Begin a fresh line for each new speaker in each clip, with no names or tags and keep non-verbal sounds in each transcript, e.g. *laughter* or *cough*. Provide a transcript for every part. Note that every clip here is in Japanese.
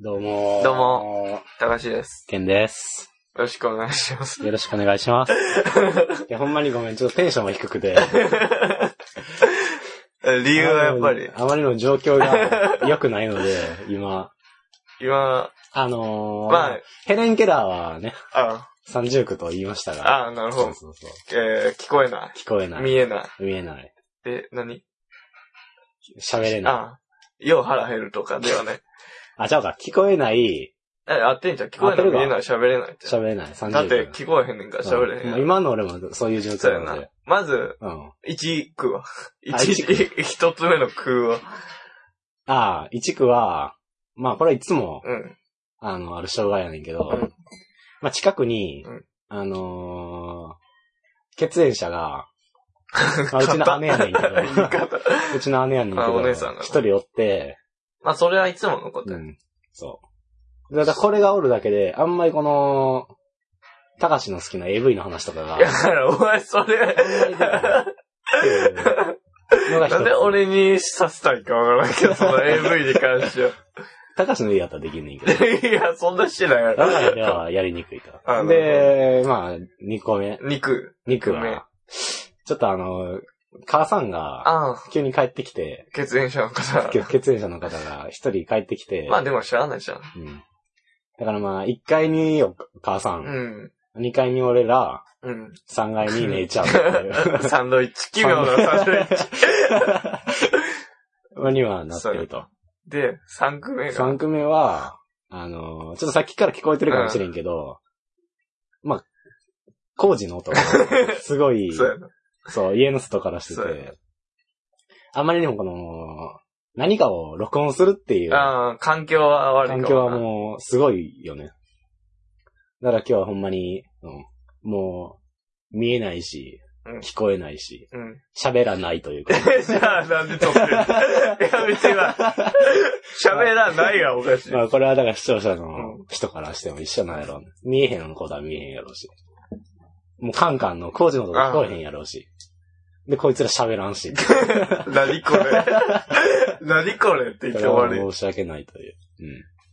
どうもー
どうも。高橋です。
ケンです。
よろしくお願いします。
よろしくお願いし
*laughs*
ます。いや、ほんまにごめん。ちょっとテンションも低くて。
理由はやっぱり、
あまりの状況が良くないの
*laughs*
で、今。
今、
あのー、
まあ
ヘレン・ケラーはね、
あ、
三重苦と言いましたが。あ、
ああ、なるほ
そ
ど
う。そうそう。
えー、聞こえな。
聞こえないい。
見
見
えない。
えない。
で、何
喋れない。
ああ、よう腹減るとかではね。
あ、ちゃうか。聞こえない、
え、合ってんじゃん。聞こえな
合って
い、
るか
見えない、喋れないって。
喋れない。三
だっ
重苦。
て、聞こえへんねんから喋れ
うんまあ
へん。
今の俺もそういう状
そうや
況なの
な
で。。
まず、
うん。
一区
あ
は。一、一つ目の区は。
ああ、一区は、まあこれいつも、
うん。
あの、ある障害やねんけど、
うん
まあ近くに、
うん
あのー、血縁者が、
*laughs*
まあうちの
硬
姉やねんけど、
言 *laughs* い方。
うちの姉やねんけ
あ
ど
お姉さん、が
一人おって、
まあ、それはいつものこと
う
や。
ん、そう。だからこれがおるだけで、あんまりこの、たかしの好きな AV の話とかが、
いや、だから、お前、それ、
っていうのが一
なんで
つ。
俺にさせたいかわからんけど、その AV に関しては。
たかしの家やったらできんねんけど、
*laughs* いや、そんなしてないや
だ
ろ。
からではやりにくいと
*laughs* あ。
で、まあ、二個目、
肉。
二個
二個目
は、ちょっとあの、母さんが、
ああ、
急に帰ってきて、
*laughs* 血縁者の方。
け血縁者の方が一人帰ってきて、
まあでも知らないじゃん。
うん。だからまあ、1階にお母さ、
うんん。
2階に俺ら、
うん。
3階に姉ちゃんっていう、
サンドイッ *laughs* チ、奇妙なサンドイ
*laughs*
ッチ。
にはなってると。
で、3組目が。
3組目は、あのーちょっとさっきから聞こえてるかもしれんけど、まあ、工事の音が、すごい、
*laughs* そうやな。
そう、家の外からして
そうや
て、あまりにもこの、何かを録音するっていう、
ああ、環境は悪いか
環
もな。
境はもう、すごいよね。だから今日はほんまに、うん、もう、見えないし、
うん
聞こえないし、
う。ん。 *laughs*
喋らないというか。
じゃあ、なんで
*laughs*
撮ってるいや、別には、喋らないがおかしい。
まあこれはだから視聴者
う
の人からしても一緒なんやろうね。見えへんことは見えへんやろうし。もうカンカンの工事のとこ聞こえへんやろうし。で、こいつら喋らん
*laughs*
し。
何
*laughs*
これ。何これって言っ
これ
て終わ
は
り。
申し訳ないという。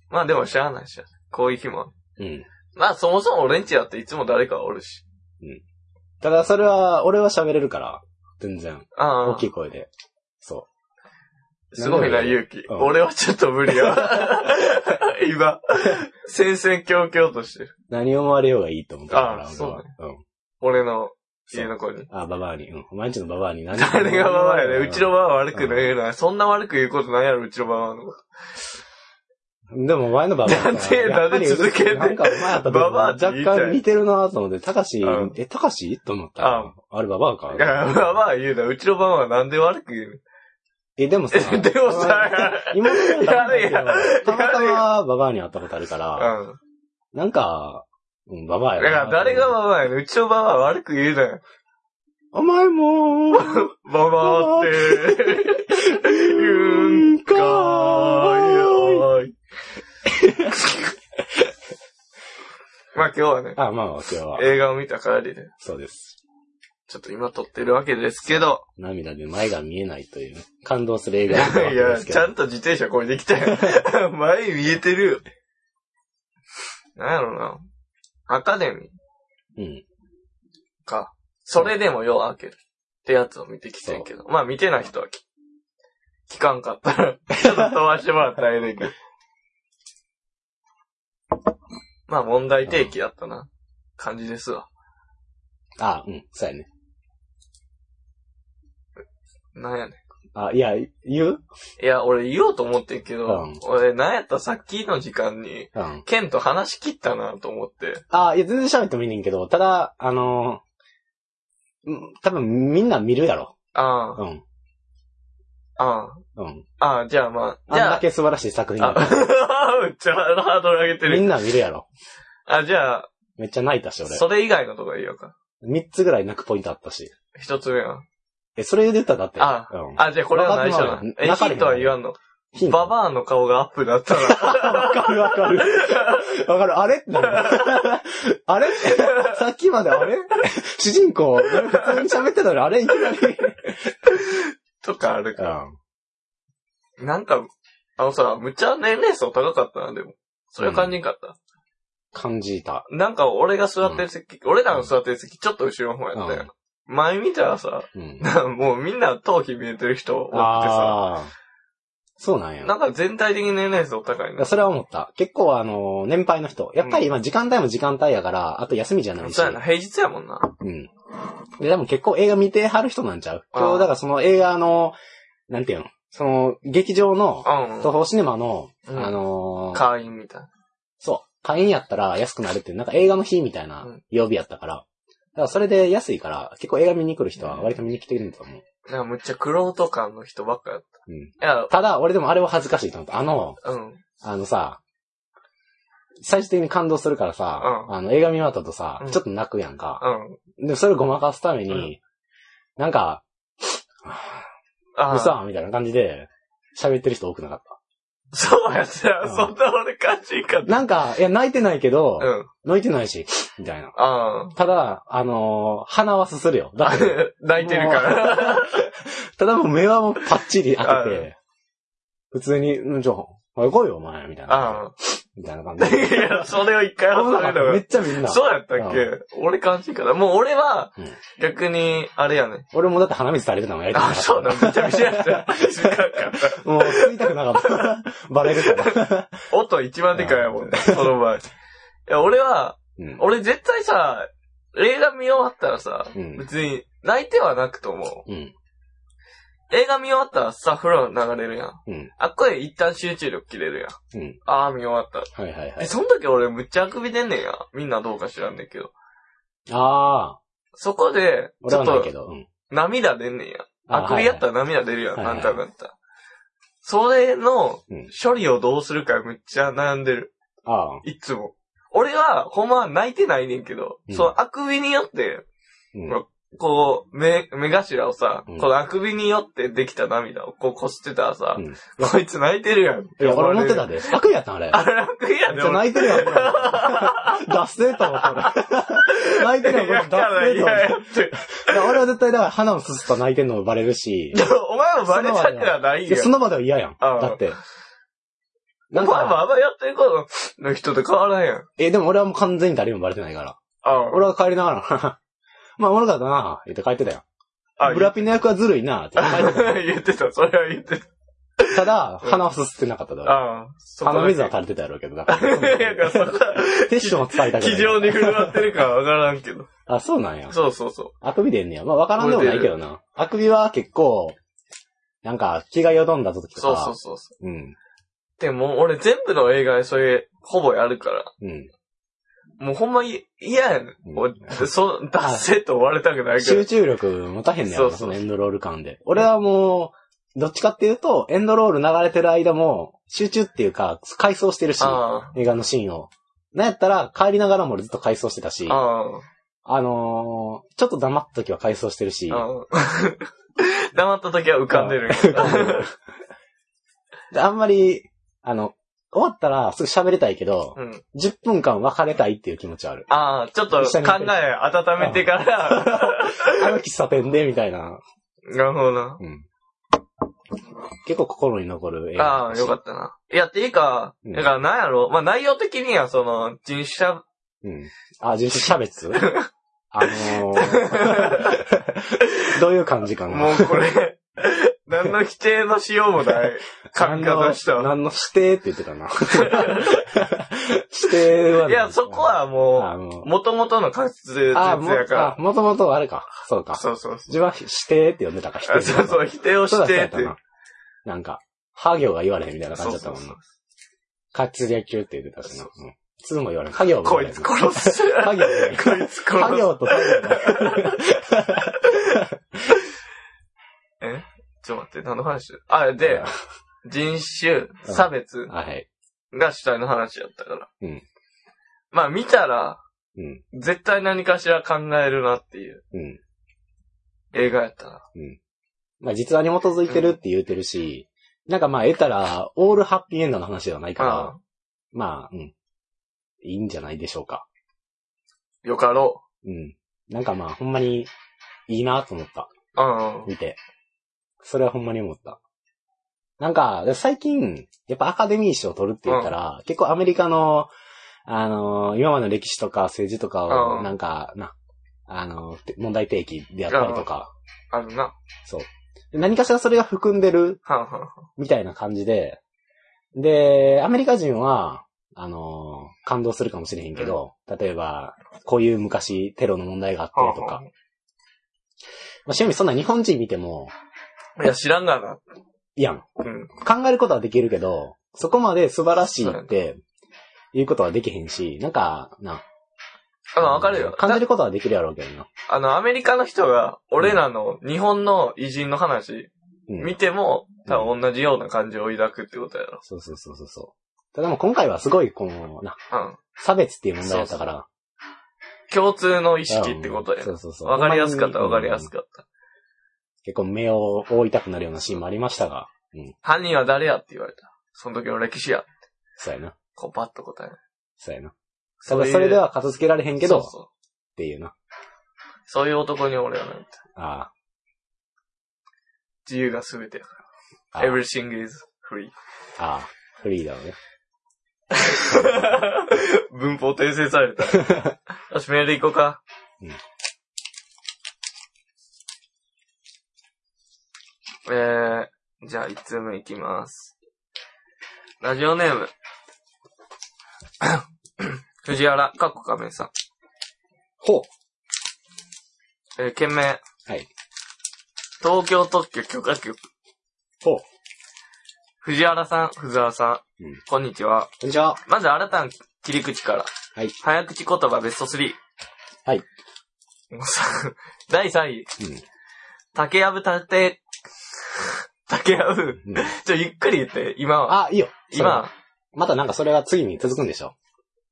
まあでも知らないし、こういう日も。
うん。うん。
まあそもそも俺んちだっていつも誰かおるし。
ただそれは、俺は喋れるから、全然。
あ
大
あ
き。い声で。そう。
すごいな、勇気。
うん
俺はちょっと無理や。
*laughs*
今、戦々恐々としてる。
何を思われようがいいと思ったから、
あ
俺
そう
は
ね。
うん。
俺の
そう
家の子に。
あ、ババアに。うん。お前んちのババアに
*laughs*
何
あれがババアやね。うちの
バ
ババア悪くないな。そんな悪く言うことないやろ、うちのババアのこ
でもお前のババアさ。
なんで
やっぱり
なんで続けんねん
なんかお前やったら
ババアって
若
言いたい
干似てるなと思って、たかし
うん、
え、たかしと思った
う
ら。あれババアか
と。い。や、ババア言うな。うちのババアなんで悪く言う
え、でもさ。
のでもさ、
今のところはダメだけど
やれや
たまたまババアに会ったことあるか
う
ら、
ん。
なんか、うん、ババア
だ
や
か
な
ら誰がババアやね。うちのババア悪く言うなよ。
お前もー、
ババアって。言うんかー
*laughs*
い。まあ今日はね、
あ、まあ、今日は、
映画を見た帰りで、
そうです。
ちょっと今撮ってるわけですけど、
涙で前が見えないという、感動する映
い
画だったわ
や、
けですけ
ち
ど
ゃ。んと自転車これでき *laughs* たよ。前見えてるよ。なんやろな。アカデミー
うん。
か。それでも夜明ける。ってやつを見てきてんけど。まあ見てない人はき聞かんかったら、ちょっと飛ばしてもらったらええねんけど。まあ問題提起やったな。感じですわ。
あ、うん、そうやね。
なんやね。
あ、いや、言うん
いや、俺言おうと思ってんけど、
うん
俺なんやったらさっきの時間に、
うん。
ケンと話し切ったなと思って。
あ、いや、全然喋ってもいいねんけど、ただ、あのー、うん多分みんな見るやろ。
あ
うん。
あ、あ
うん。
あ、ああ、じゃあま
あ
あ、
ん
じゃ
だ
あ、
け素晴らしい作品やか
あ、 *laughs* めっちゃハードル上げて
*laughs* らみ
る。
んな見るやろ。
あ、じゃあ、
めっちゃ泣いたし、俺。
それ以外のとこ言おうか。
三つぐらい泣くポイントあったし。
一つ目は。
え、それ言ってただって。
あ
うん。
あ、じゃあこれは内緒
わ
な
かんない。
え、
泣か
ヒ
れへん
ントは言わんの。
ヒント
ババアの顔がアップだった
わかるわかる。わかる。あれってなるあれさっきまであれ主人公、普通に喋ってたのにあれいきなり。
とかある
*laughs* う
か
ん。
ら。なんか、あのさ、むっちゃ年齢層高かったな、でも。それは感じんかった。
感じた。
なんか俺が座ってる席、俺らの座ってる席、ちょっと後ろの方やったよ。前見たらさ、 *laughs*
*laughs* うん。
もうみんな頭皮見えてる人多くてさ、
ああ。そうなんや。
なんか全体的に年齢層高いな。
それは思った。結構あの、年配の人。やっぱり今時間帯も時間帯やから、あと休みじゃないし。
そうやな、平日やもんな。
うん。で、でも結構映画見てはる人なんちゃう
あー
今日、だからその映画の、なんていうのその、劇場の、
うん。
東宝シネマの、
うん
あのー
会員みたいな。
そう、会員やったら安くなるっていう、なんか映画の日みたいうなん曜日やったから。だからそれで安いから、結構映画見に来る人は割と見に来てるんだと思う。
なんかむっちゃ苦労と感の人ばっかやった。
うん
いや、
ただ、俺でもあれは恥ずかしいと思った。あの、
うん。
あのさ、最終的に感動するからさ、あの映画見終わったとさ
うん、
ちょっと泣くやんか。
うん。
でもそれをごまかすために、
うん
なんか、
あ
う
あ。
さみたいな感じで、喋ってる人多くなかっ
そうやったよ。
うん。
そんな俺感じんかった
なんか、いや、泣いてないけど、
うん。
泣いてないし、みたいな。
あ
ただ、あのー鼻はすするよ。だけ
あ *laughs*
ど。。
泣いてるから。
ただもう目はもうパッチリ開け
う
て、普通に、うん、じゃあ、おい来いよ、お前、みたいな。
*laughs* あ
みたいな感じ
あ。
で。
いや、それを一回挟めたか
め
ら
っ。ちゃみんな。
そうやったっけ俺感じんかった。もう俺は
うん、
逆に、あれやね。
俺もだって鼻水されてたもん、やりたくな
あ、
かった
そうだ、めちゃめち
*laughs*
ゃやった。時間かった。
もう吸いたくなかった。バレるから。
音一番でかいもんね、その場合。いや、俺は、
うん。
俺絶対さ、映画見終わったらさ、
うん
別に泣いてはなくと思う。
うん。
映画見終わったらさ、風呂流れるやん。
うん。
あっこで一旦集中力切れるやん。
うん。
あー見終わった。
はいはいは
で、
い。
その時俺むっちゃあくび出んねんや。みんなどうか知らんねんけど。
ああ、
そこで、ち
俺
ょ
は
っ
ないけ
と
ど。うん。
涙出んねんや。
あ
あくびやった
はい
ら涙出るやん、
はい
な
はい
んとなくなったら。それの
うん
処理をどうするかむっちゃ悩んでる。
はいああ。
いつも。俺は、ほんまは泣いてないねんけど、
うん
そう、あくびによって、
うん
ほらこう、目、目頭をさ、
うん
このあくびによってできた涙をこうこすってたらさ、
うん
こいつ泣いてるやんっ
い
て
や、
思わ
俺
れ
思っ
る。
てたで。悪意やったん、あれ。
あれ、あくびや
め
ね
っちゃ泣いてるやん。これ脱線と思った。 *laughs* 泣いてるやん、これ脱線
い
と思っ
や
た
いやって。
いや俺は絶対だから鼻をすすと泣いてんのもバレるし。
でもお前もバレたくはない
い
や
や、
ん。
その場では嫌やん。
ああ
だって。
お
な
前
ん
も
か、
あんまやってることの人と変わらんやん。
え、でも俺はもう完全に誰にもバレてないから。
あ
俺は帰りながら、 *laughs* まあ、おもろかったな言って帰ってたよ。
あ、
ブラピの役はずるいなって言
*laughs*
って帰ってたよ。
言ってた、それは言って
ただ、鼻はすすってなかっただ
た。
ろ。
ああ、そこだ
鼻
け
水は垂れてたやろうけど、だから。
*laughs* いや、そ
*laughs*
こは
テッションは伝えたくない。
気丈に振る舞ってるかわからんけど。
あ、そうなんや。
そうそうそう。
あくび出んねや。まあ、わからんでもないけどな。あくびは結構、なんか、気がよどんだ時とか。
そうそうそうそう。
うん。
でも、俺全部の映画でそれ、ほぼやるから。
うん。
もうほんまい嫌やねん。
うん
俺、そ、ダッセッと終われたくないから
集。中力持たへんねやろな、
そ
そうの
そう
エンドロール感で。俺はもう、どっちかっていうと、エンドロール流れてる間も、集中っていうか、回想してるし、
あ
映画のシーンを。なんやったら、帰りながらも俺ずっと回想してたし
あ、、あ
あのー、ちょっと黙った時は回想してるし
あ、、ああ。 *laughs* 黙った時は浮かんでるんや。
であんまり、あの、終わったらすぐ喋りたいけど、
うん。
10分間別れたいっていう気持ちは
*laughs*
ある。
ああ、ちょっと考え温めてから、
あの喫茶店で、みたいな。
なるほどな。
うん。結構心に残る映画。
ああ、よか
っ
ったな。いや、っていうか、
うん
だからなんやろまあ内容的には、その、人種者、
た。うん。あ、人種差
*laughs*
別あのーどういう感じかな。
もうこ
*laughs*
れ、何の否定のしようもない、
何
感
の
覚したわ。
何の指定って言ってた
*laughs*
な。指定はない
や、そこ、は
あ
も
の
う、、元々の関節
あ、も、
やか
あ、もともとあれか。そう
ら。
か。
そうそうそう。
自分は指定って呼んでたか、否定
あそうそう、否定を
そうだ
し
そう
て
やっ
っ
てた。な。なんか、ハ行が言われへんみたいな
そ
感
う
じだっ
そ
たもん
うそう
な。活躍って言ってたしな。
そ
うん。通も言われへん。ハ行も
こ
言われ
い
へ
つ
ん。
殺す。
ハ行も言われへん。
こいつ
ハ
殺す。
行とハ行が。
えちょっと待って、何の話あ、で、人種、差別
*laughs* はい。
が主体の話やったから。
うん
まあ見たら、
うん。
絶対何かしら考えるなっていう
うん。
映画やったな。
まあ実話に基づいてるって言うてるし、なんかまあ得たら、オールハッピーエンドの話ではないから
あ、
まあ、うん。いいんじゃないでしょうか。
あ、よかろ
うん。なんかまあほんまに、いいなと思った。
う。うん。
見て。それはほんまに思った。なんか、最近、やっぱアカデミー賞を取るって言ったら、結構アメリカの、あのー今までの歴史とか政治とか
う
を、
ん
なんか、な、あのーて問題提起でやったりとか、
あるな。
そう。で何かしらそれが含んでる、
はんはんはん。
みたいな感じで、で、アメリカ人は、あのー感動するかもしれへんけど、例えば、こういう昔テロの問題があった
はんは
り
ん
とか、まあ、正味そんな日本人見ても、
いや、知らんがな。
いやん。
うん。
考えることはできるけど、そこまで素晴らしいって、いうことはできへんし、なんか、な。
あの、わかるよ。
感じることはできるやろうけどな。
あの、アメリカの人が、俺らの日本の偉人の話、
うん
見ても、多分同じような感情を抱くってことやろ。
そうそうそうそうそう。ただもう今回はすごい、この、な、
うん。
差別っていう問題だったから。
共通の意識ってことや
うん。そうそうそう。
わかりやすかった、わかりやす
く。
かった。
結構目を覆いたくなるようなシーンもありましたが、
犯人は誰やって言われた。その時の歴史や。
そうやな。
こう、パッと答える。
そうやな。た
そ
だ
ういう
それでは片付けられへんけど、
そうそう
っていうな。
そういう男に俺はなんて。
あ
自由が全てやか
あ。あ
ら。
あ
Everything is free.
ああ。フリーだよね。 *laughs*
文法訂正された。よし、メール行こうか。
うん
えー、じゃあ、一通目行きます。ラジオネーム。 *coughs* 藤原、かっこ仮面さん。
ほう。
えー、件名。
はい。
東京特許許可局。
ほう。
藤原さん、藤沢さん、
うん
こんにちは。
こんにちは。
まず、新たな切り口から。
はい。
早口言葉ベスト3。
はい。
もうさ、第3位。
うん
竹やぶ立て、竹やぶ。
うん。
ちょ、ゆっくり言って、今は。
あ、いいよ。それは
今、
またなんかそれが次に続くんでしょ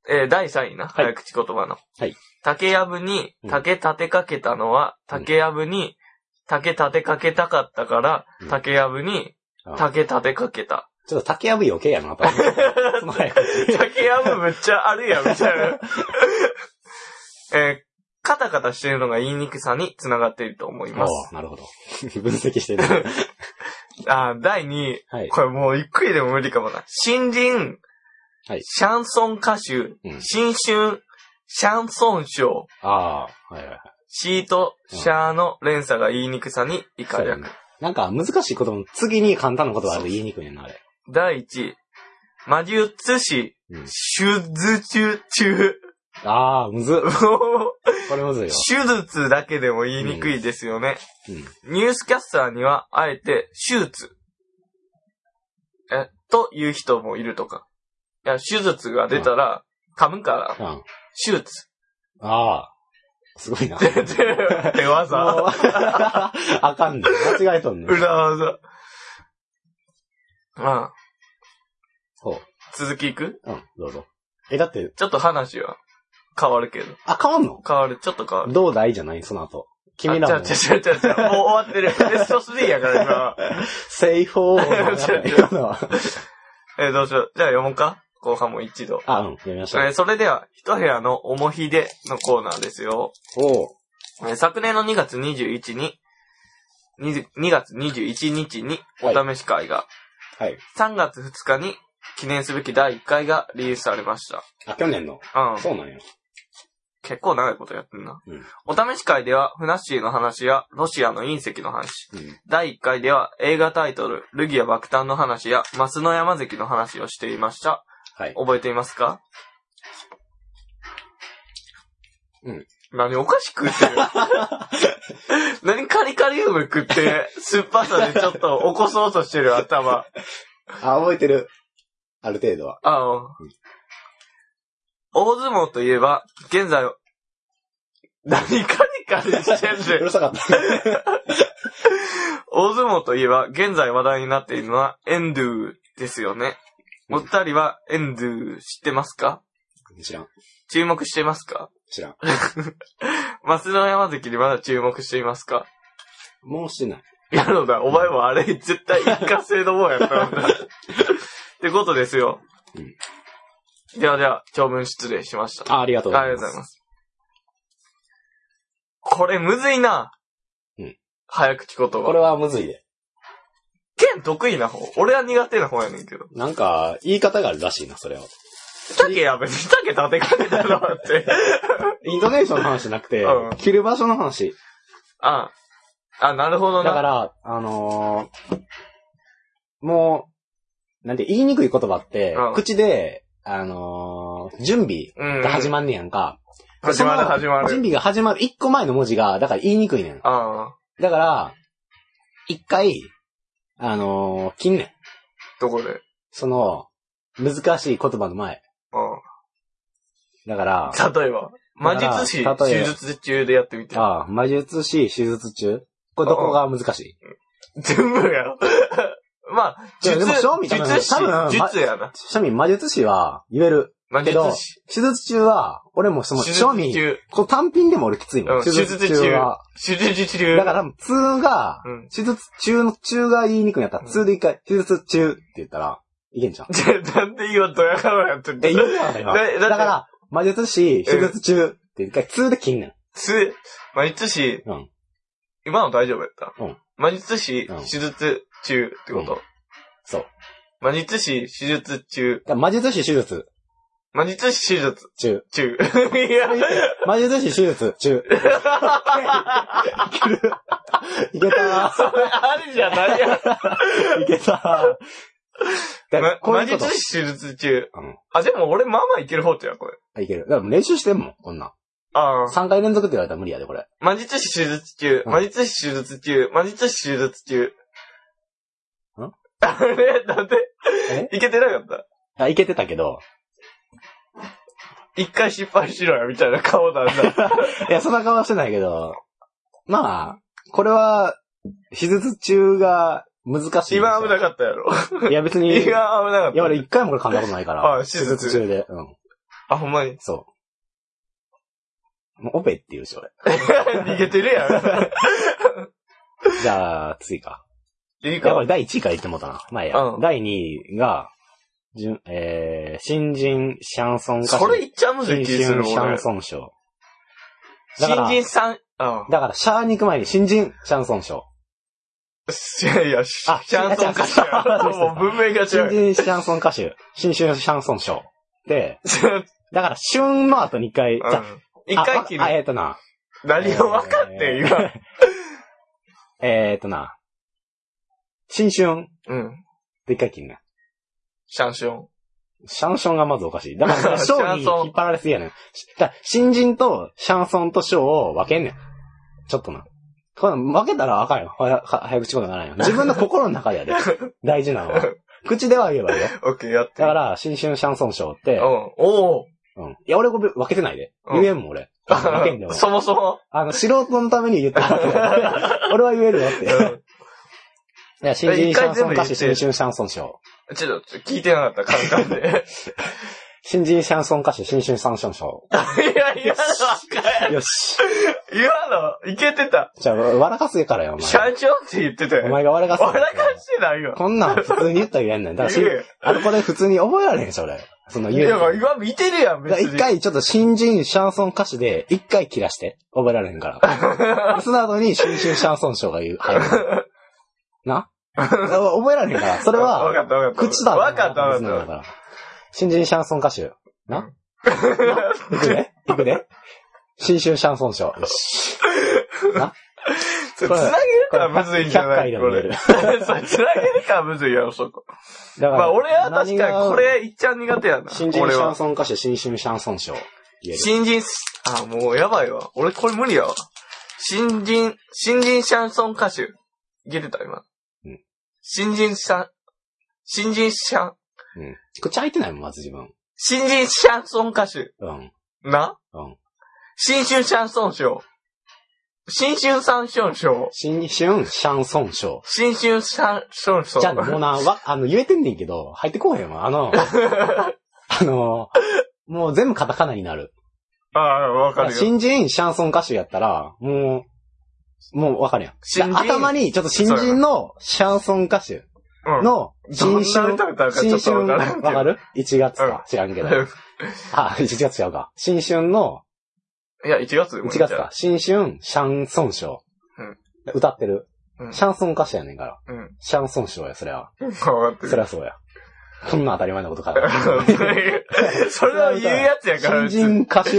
えー第3位な。
はい
早口言葉の。
はい。
竹やぶに
うん
竹立てかけたのは、
うん
竹やぶに竹立てかけたかったから
う、ん
竹やぶに
あ
竹立てかけた。
ちょっと竹やぶ余計やな、 *laughs* と思って。その早く
竹やぶめっちゃあるやん、みたいな。 *laughs* えーカタカタしてるのが言いにくさにつながっていると思います。
おうなるほど。分析して *laughs* る。
あー、第2位。
はい。
これもうゆっくりでも無理かもな。新人、
はい
シャンソン歌手、
うん
新春、シャンソン賞、
ああ、はいはいはい。
シート、シャーの連鎖が言いにくさに以下
そうや
略
ね。なんか難しいことも次に簡単なことがあると言いにくいねんな、あれ。
第1位、魔術師、
うん
手術中。
ああ、むずっ。
もう
これむずいよ。
手術だけでも言いにくいですよね。
うん。
ニュースキャスターには、あえて、手術。え、という人もいるとか。いや、手術が出たら、噛むから、
うん。
手
*laughs*
術。
ああ、すごいな。
手技 *laughs*
ああかんね間違えとんねん。
裏技。うん。
ほう。
続きいく
うん、どうぞ。え、だって、
ちょっと話は変わるけど。
あ、変わんの
変わる、ちょっと変わる。
どうだいじゃないその後。君ら
あ
も
ち。
*laughs*
ゃうちゃうちゃうちゃう。もう終わってる。ベスト3やから今は。
セイフォ
違う違う *laughs*
ー。
えーどうしよう。じゃあ読もうか後半も一度。
あ、うん、読みまし
え
ょう。
ーそれでは、一部屋のおもひでのコーナーですよ。
おう。
えー昨年の2月21に、20 2月21日にお試し会が、
はい。
3月2日に記念すべき第1回がリリースされました。
あ、去年の。
うん。
そうなんや。
結構長いことやってんな。
うん
お試し会では、フナッシーの話や、ロシアの隕石の話。
うん。
第1回では、映画タイトル、ルギア爆誕の話や、マスの山関の話をしていました。
はい。
覚えていますか
うん。
何お菓子
*laughs*
食ってる何カリカリウム食って、酸っぱさでちょっと起こそうとしてる頭。
あ、覚えてる。ある程度は。
あの、大相撲といえば、現在、何カリカリしてんねん
うるさかった。
大相撲といえば、現在話題になっているのは、エンドゥですよね。
うん
お二人は、エンドゥ知ってますか
知らん。
注目していますか
知らん。
増野山関にまだ注目していますか
もうしてない。
やろうな、お前もあれ、絶対一過性のもんや *laughs* ったんだ。ってことですよ。
うん
ではでは、長文失礼しました。
あ、ありがとうご
あ
ざ
り
い
がとう
ま
ござい
す。
ます。これむずいな。
うん
早口言葉。
これはむずいで。
ケン得意な方。俺は苦手な方やねんけど。
なんか、言い方があるらしいな、それは。
タケやべ、タケ立てかけたな
*laughs*
って。
インドネーションの話じゃなくて
うん、
着る場所の話。
ああ。あ、なるほど
だか
な。
ら、あのーもう、なんて言いにくい言葉って
うん、
口で、あのー準備
うん。
が始まんねやんか。
始まる、
その
始ま
準
る。
備が始まる一個前の文字が、だから言いにくいねん。
ああ。
だから、一回、あのー、近年、
どこで。
その、難しい言葉の前。
う
だから、
*laughs* ん。例えば、魔術師、
だから例え
手
ば
術中でやってみて。
ああ、魔術師手術中これどこが難しい
全部やろ。 *laughs* まあ、
いや
術、
でも賞味
術
多分
師
多分、
術やな。
ちなみに魔術師は言える。
魔
け
術
ど
師。、
手術中は、俺もその、
手術
正味、
中。
この単品でも俺きついも
うん
ん。手術中は。
手術中。
だから多分、通が、
うん。 *laughs*
手術中の中が言いにくいんやった
う
ら、
ん
通で一回、手術中って言ったら、いけんじゃん。
じゃあなんで今ドヤ顔やってんの
え、言えなかった今。
だだって
だから、魔術師手術中って一回、通で切んねん。
つ、魔術師、
うん
今の大丈夫やった、
うん
魔術師、
うん
手術中ってこと、
そう。だか
魔術師、手術中。
ら魔術師手術
魔術師、手術
中。 *laughs*
中。いや、
魔術師手術中。
*laughs*
いけた
それ *laughs* あるじゃないやん。
いけただから
ま
こうい
魔
うこと
術。師、手術中、
うん
あ、でも俺、まあまあいける方ってや、これ。
あいける。だから練習してんもん、こんなん。
ああ。
3回連続って言われたら無理やで、これ。
魔術師、手術中。
うん
魔術師、手術中。魔術師、手術中。
ん
あれなんで
え
いけてなかった
あ、いけてたけど。
一回失敗しろよ、みたいな顔なんだ。
*laughs* いや、そんな顔はしてないけど。まあ、これは、手術中が難しいんですよ。
今危なかったやろ。
いや、別に。
*laughs* 今危
い
なか
や、
った。
俺一回もこれ噛んだこと
*laughs*
ないか
あ
ら。
手術
手術中で。うん。
あ、ほんまに。 *laughs*
そう。もうオペって言うし、俺。
逃げてる
*laughs*
やん。
じゃあ、次か。
いい
いや、こ
か。
れ第1位から言ってもうたな。まあいいや。
うん
第2位が、じゅんえー、新人シャンソン歌手。
それいっちゃむずい
新
気する
人シャ
俺
ン。ソン賞。だか
新
ら
人さん、あ
だから、シャーに行く前に新人シャンソン賞。
いやいや、シ
あ
ャンソン歌手や
あ違う
もう文明が
新
違う。
人シャンソン歌手。新春シャンソン賞。で、だから、旬の後に一回、
う
あ
ん一回切る
あ、。えっとな。
何を分かってん、今。
えっとな。新春
うん。
で一回切るな。
シャンション。
シャンソンがまずおかしい。だから、
*laughs*
ショーに
シャンソン
引っ張られすぎやねん。しだから新人とシャンソンとショーを分けんねん。ちょっとな。これ負けたらあかんよ。はやは早口言葉ならんよ。自分の心の中でや
*laughs*
で。大事なのは。口では言えばいいよ。
オッケー、やって。
だから、新春シャンソンショーって
うん。、おお。
うん。いや、俺ごめん分けてないで。
うん
言えんもん、
*laughs*
俺。分けんでも。
そもそも。
あの、素人のために言ってるだけだ
*laughs*
って。俺は言えるよって。
うん
いや、新人シャンソン歌手、
一回全部言って
新春シャンソンショー。
ちょっと、聞いてなかった、簡単で。
新人シャンソン歌手、新春シャンソンショ
いや、今の分か
ー。よし。
る。今の、いけてた。
じゃあ、笑かせからよ、お前。
シャンションって言ってたよ
お。前が笑かす。
俺らかしてないよ。
こんなん普通に言ったら言えんねん。だからし
いやいや、
あの、これ普通に覚えられへんし、俺。その
い
言う
や、
の。
今見てるやん、
だから
別に。
一回ちょっと新人シャンソン歌手で、一回切らして。覚えられへん
*laughs*
から。その後に新春シャンソン賞が言う。入る
*laughs*
な覚えられへんから。それ
わか
は、
ったわかった。
口だ。
わかったわ
口
か
だ
っ
から。新人シャンソン歌手。
*laughs*
な行くね行くね新春シャンソン賞。よし。な
た。つなげるからむずいんじゃない
100
こ
回
れ。
でも
そう、つなげるからむずいやろ、そこ。
だか
ま
ら
あ、俺は確かにこ。
何が
れ、いっちゃん苦手やな。
新人
俺
シャ
は
ン。ソン歌手、新春シャンソン賞。言える
新人、あ、もうやばいわ。俺これ無理やわ。新人、新人シャンソン歌手。いけてた、今
うん。
新人シャン、新人シャン、
うん。口開いてないもん、まず自分。
新人シャンソン歌手。
うん。
な
うん。
新春シャンソン賞。新春シャンソン賞。
新春シャンソン賞。
新春シャンソン賞。
じゃあ、もうな、わ、あの、言えてんねんけど、入ってこうへんわ。あ
*laughs*
の、あの、もう全部カタカナになる。
ああ、わかるよ。
新人シャンソン歌手やったら、もう、もうわかるやん。
新人
だから頭に、ちょっと新人のシャンソン歌手
うん
の、
どん
新
な
春、
歌歌うかちょ
新
っと
春、
わからんけど
わかる ?1 月
うん
か、知らんけど。 *laughs* あ、1月違うか。新春の、
いや、1月でもいい
1
んじ
月
ゃん
か。新春シャンソン賞
うん。
歌ってる。
ううん
シャンソン歌手やねんから。
うん。
シャンソンしようや、そりゃ。
変わって
そ
る。
りゃそうや。こんな当たり前のことか
*laughs* それを言うや *laughs* つやから、
新人歌手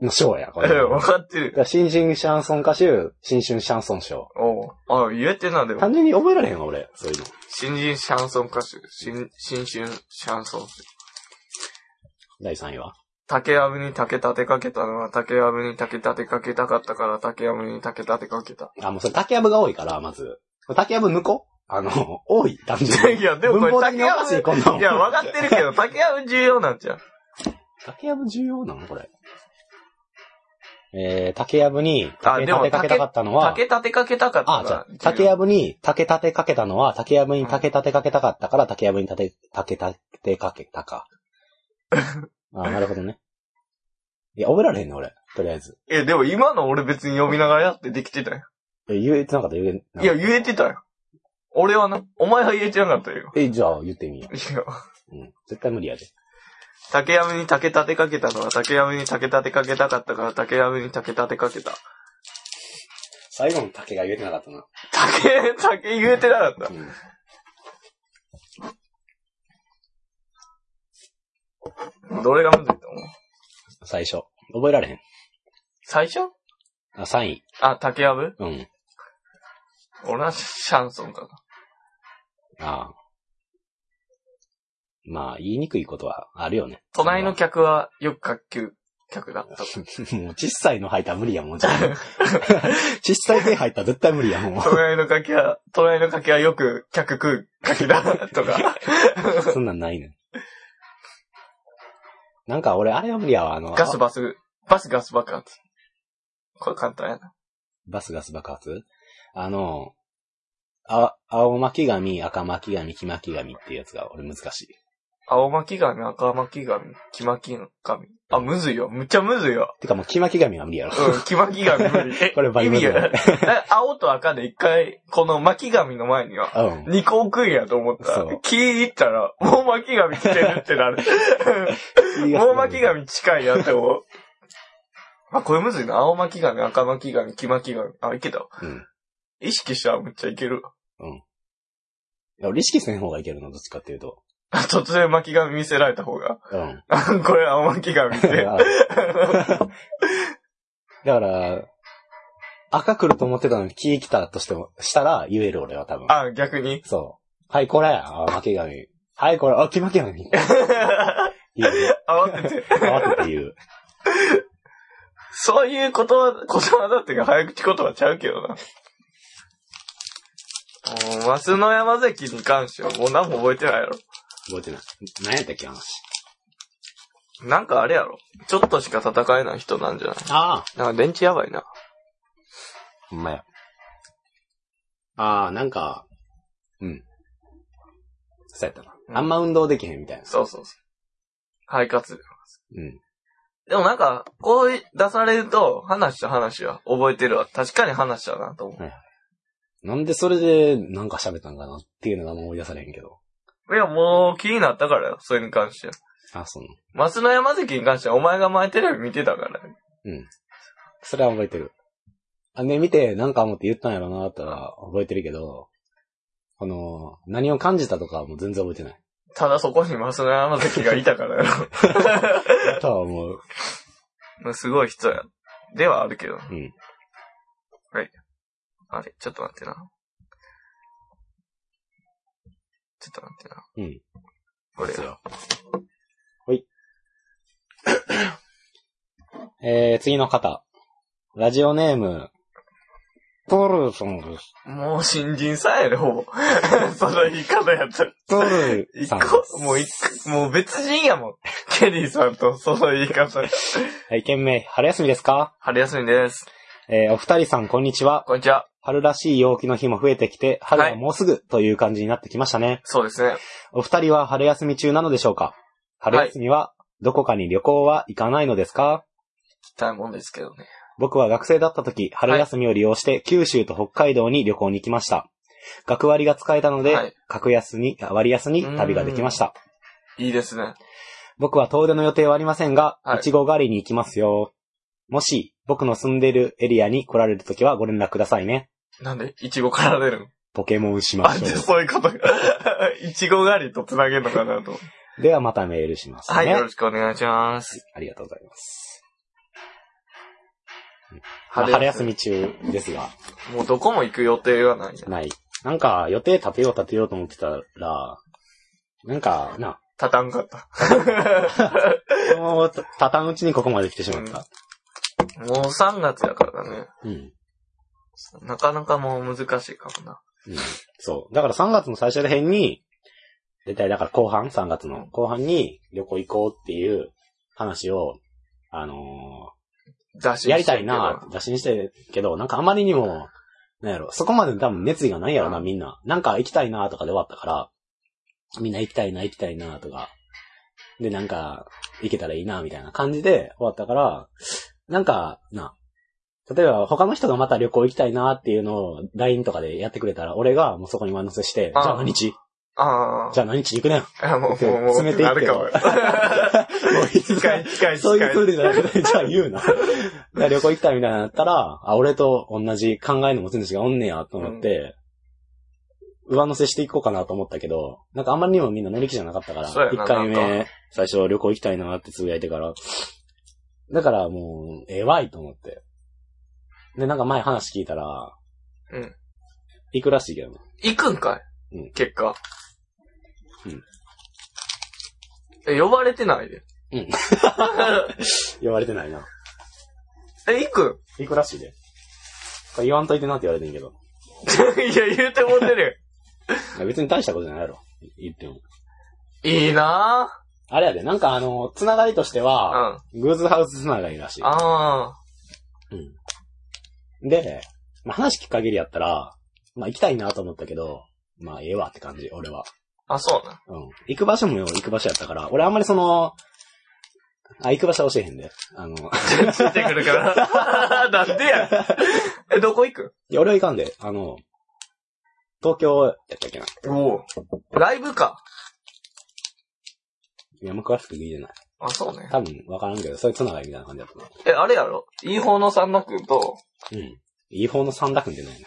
の賞や、これ。
うんわ
だか
かってる。
ら新人シャンソン歌手、新春シャンソン賞。
おうあ、言えてんな、でも。
単純に覚えられへんわ、俺。そういうの。
新人シャンソン歌手。新、新春シャンソン。
第3位は。
竹やぶに竹立てかけたのは竹やぶに竹立てかけたかったから竹やぶに竹立てかけた。
あ、もうそれ竹やぶが多いから、まず。竹やぶ抜こうあの、 *laughs* 多 *laughs* い、単純
い
に。
や、で *laughs* もこ
文
れ
法的
竹
にお
や
かしい、
ぶ。
こんなもん
いや、わかってるけど、竹やぶ重要なんじゃん。
竹やぶ重要なのこれ。えー、竹やぶに
あ
竹
でも
立てかけたかったのは、
竹立てかけたかった
あ、じゃあ、竹やぶに竹立てかけたのは、竹やぶに竹立てかけたかったから、竹やぶに竹、竹立てかけたか。あなるほどね。いや、覚えられへんね、俺。とりあえず。
え、でも今の俺別に読みながらやってできてたよ。
え、言えてなかった言えなかった
いや、言えてたよ。俺はな、お前は言えてなかったよ。
え、じゃあ、言ってみよ
いや、
う。うん。絶対無理やで。
竹やぶに竹立てかけたのは竹やぶに竹立てかけたかったから竹やぶに竹立てかけた。
最後の竹が言えてなかったな。
竹、竹言えてなかった。
うん。
どれがむずいと思う
最初。覚えられへん。
最初
あ、3位。
あ、竹やぶ
うん。
俺はシャンソンかな。
ああ。まあ、言いにくいことはあるよね。
隣の客はよく学級客だった。
*laughs* もう、小さいの入ったら無理やもん、じゃあ。 *laughs* 小さい手入ったら絶対無理やも
*laughs*
ん。
隣の客は、隣の客はよく客食う客だ、とか。
そんなんないねん。なんか俺、あれは無理やわ、あの、
ガス
あ
バス、バスガス爆発。これ簡単やな。
バスガス爆発あの、あ、青巻紙、赤巻紙、黄巻紙っていうやつが俺難しい。
青巻紙、赤巻紙、黄巻紙。あ、むずいよ。むっちゃむずいよ。
てかもう黄巻紙は無理やろ。
うん、黄巻紙無理。
*laughs*
え
これバリ
意
むず
味
い
がない。え青と赤で一回、この巻紙の前には、
*laughs* うん。
二個置くんやと思った
そ
ら
う、
木いったら、もう巻紙来てるって *laughs* なる。もう巻紙近いやって *laughs* 思う。あ、これむずいな。青巻紙、赤巻紙、黄巻紙。あ、いけたわ。
うん。
意識したらむっちゃいけるわ。
俺意識せん方がいけるの、どっちかっていうと。
あ突然巻紙見せられた方が。 *laughs*
うん。
あこれ青巻紙っ
だか
て。
ら、赤来ると思ってたのに黄来たとしても、したら言える俺は多分。
*laughs* あ、逆に。
そう。はい、これ。あ、巻紙。はい、これ。あ、黄巻紙。言うね。
慌てて。
慌てて言う。
そういう言葉、言葉だっていうか早口言葉ちゃうけどな。もう、マスの山崎に関してはもう何も覚えてないやろ。
覚えてない。何やったっけ、話。
なんかあれやろ。ちょっとしか戦えない人なんじゃない
ああ。
なんか電池やばいな。
ほんまや。ああ、なんか、うん。そうやった
うん
な。あんま運動できへんみたいな。
そうそうそう。肺活量。
うん。
でもなんか、こう出されると、話した話は覚えてるわ。確かに話したなと思
なんでそれでなんか喋ったんかなっていうのがあんま思い出されへんけど。
う。いや、もう気になったからよ。それに関しては。
あ、その。
マスの山崎に関してはお前が前テレビ見てたから。
それは覚えてる。あ、ね、見て、なんか思って言ったんやろうな、ったら覚えてるけど、この、何を感じたとかはもう全然覚えてない。
ただそこにマスの山崎がいたからよ。
*laughs* とは思う。
まあすごい人や。ではあるけど。
うん。
あれ、ちょっと待ってな。ちょっと待ってな。
うん。
これ
です。よ。ほい。 *coughs* えー、次の方。ラジオネーム、トルソンです。
もう新人さんやで、ほぼ。 *laughs* その言い方やったら。
トル
一
さんです。
個、もう一個、もう別人やもん。 *laughs* ケリーさんとその言い方。
はい、件名、春休みですか
春休みです。
えー、お二人さん、こんにちは。
こんにちは。
春らしい陽気の日も増えてきて、春はもうすぐという感じになってきましたね。
そうですね。
お二人は春休み中なのでしょうか春休みは、どこかに旅行は行かないのですか、
来たいもんですけどね。
僕は学生だった時、春休みを利用して九州と北海道に旅行に行きました。学割が使えたので、
はい
格安に、あ割安に旅ができました。
いいですね。
僕は遠出の予定はありませんが、
はい
いちご狩りに行きますよ。もし、僕の住んでいるエリアに来られる時はご連絡くださいね。
なんで、イチゴから出るの
ポケモンしま
あ、
しょ
でそういう *laughs* ことか。いちご狩りと繋げるのかなと。
う。ではまたメールしますね。
はい、よろしくお願いします。
ありがとうございます。まあ春休み中ですが、
み。もうどこも行く予定がないじゃん。
ない。なんか、予定立てよう立てようと思ってたら、なんか、な、
立たんか *laughs* った。
もう、たたんうちにここまで来てしまった。
もう3月だからね。
うん。
なかなかもう難しいかもな。
うん。そう。だから3月の最初ら辺に、絶対だから後半、3月の後半に旅行行こうっていう話を、あの
出
ーやりたいな、打診してるけど、なんかあまりにも、なんやろ、そこまで多分熱意がないやろな、みんな。なんか行きたいなとかで終わったから、みんな行きたいな、行きたいなとか。で、なんか、行けたらいいな、みたいな感じで終わったから、なんか、な、例えば他の人がまた旅行行きたいなっていうのを LINE とかでやってくれたら、俺がもうそこに上乗せして、じ
あ
ゃあ何日
あ
じゃあ何日行くねん。も
あ。いや、もう、もう、もう、
詰めてい
な
って
る
よ
かも。
ういつ
*laughs* 近い、近い、
*laughs* そうい
近
う風。で
い
じゃなくて、じゃあ言うな。だから旅行行きたいみたいになったら、あ、俺と同じ考えの持ち主がおんねやと思って、上乗せしていこうかなと思ったけど、なんかあんまりにもみんな乗り気じゃなかったから、
そうや
一
な
回
な
目、最初旅行行きたいなってつぶやいてから、だからもう、ええわいと思って。で、なんか前話聞いたら、
うん
行くらしいけどね。
行くんかい、
うん
結果。
うん
え、呼ばれてないで。
うん言われてないな。
*laughs* え、行く
行くらしいで。これ言わんといてなって言われてんけど。
*laughs* いや、言うてもってる
別に大したことじゃないやろ。言っても。
よ。いいな
あれやで、なんかあの、つながりとして
ぁ。うん。
は、
あ
グーズハウスつながりらしい。
あ
うん。で、まあ、話聞く限りやったら、まあ、行きたいなと思ったけど、まあ、ええわって感じ、俺は。
ー。あ、そうな。
うん。行く場所もよ、行く場所やったから、俺あんまりその、あ、行く場所は教えへんで。あの、い
ついてくるから。 *laughs* なんでや。え、どこ行く
や、俺は行かんで、あの、東京やったっけな。
おお。ライブか。
いや、もう詳しく聞いてない。
あ、そうね。
多分、わからんけど、そういうつながりみたいな感じだったな。
え、あれやろいい方の三田君と、
うん。いい方の三楽んじゃないな。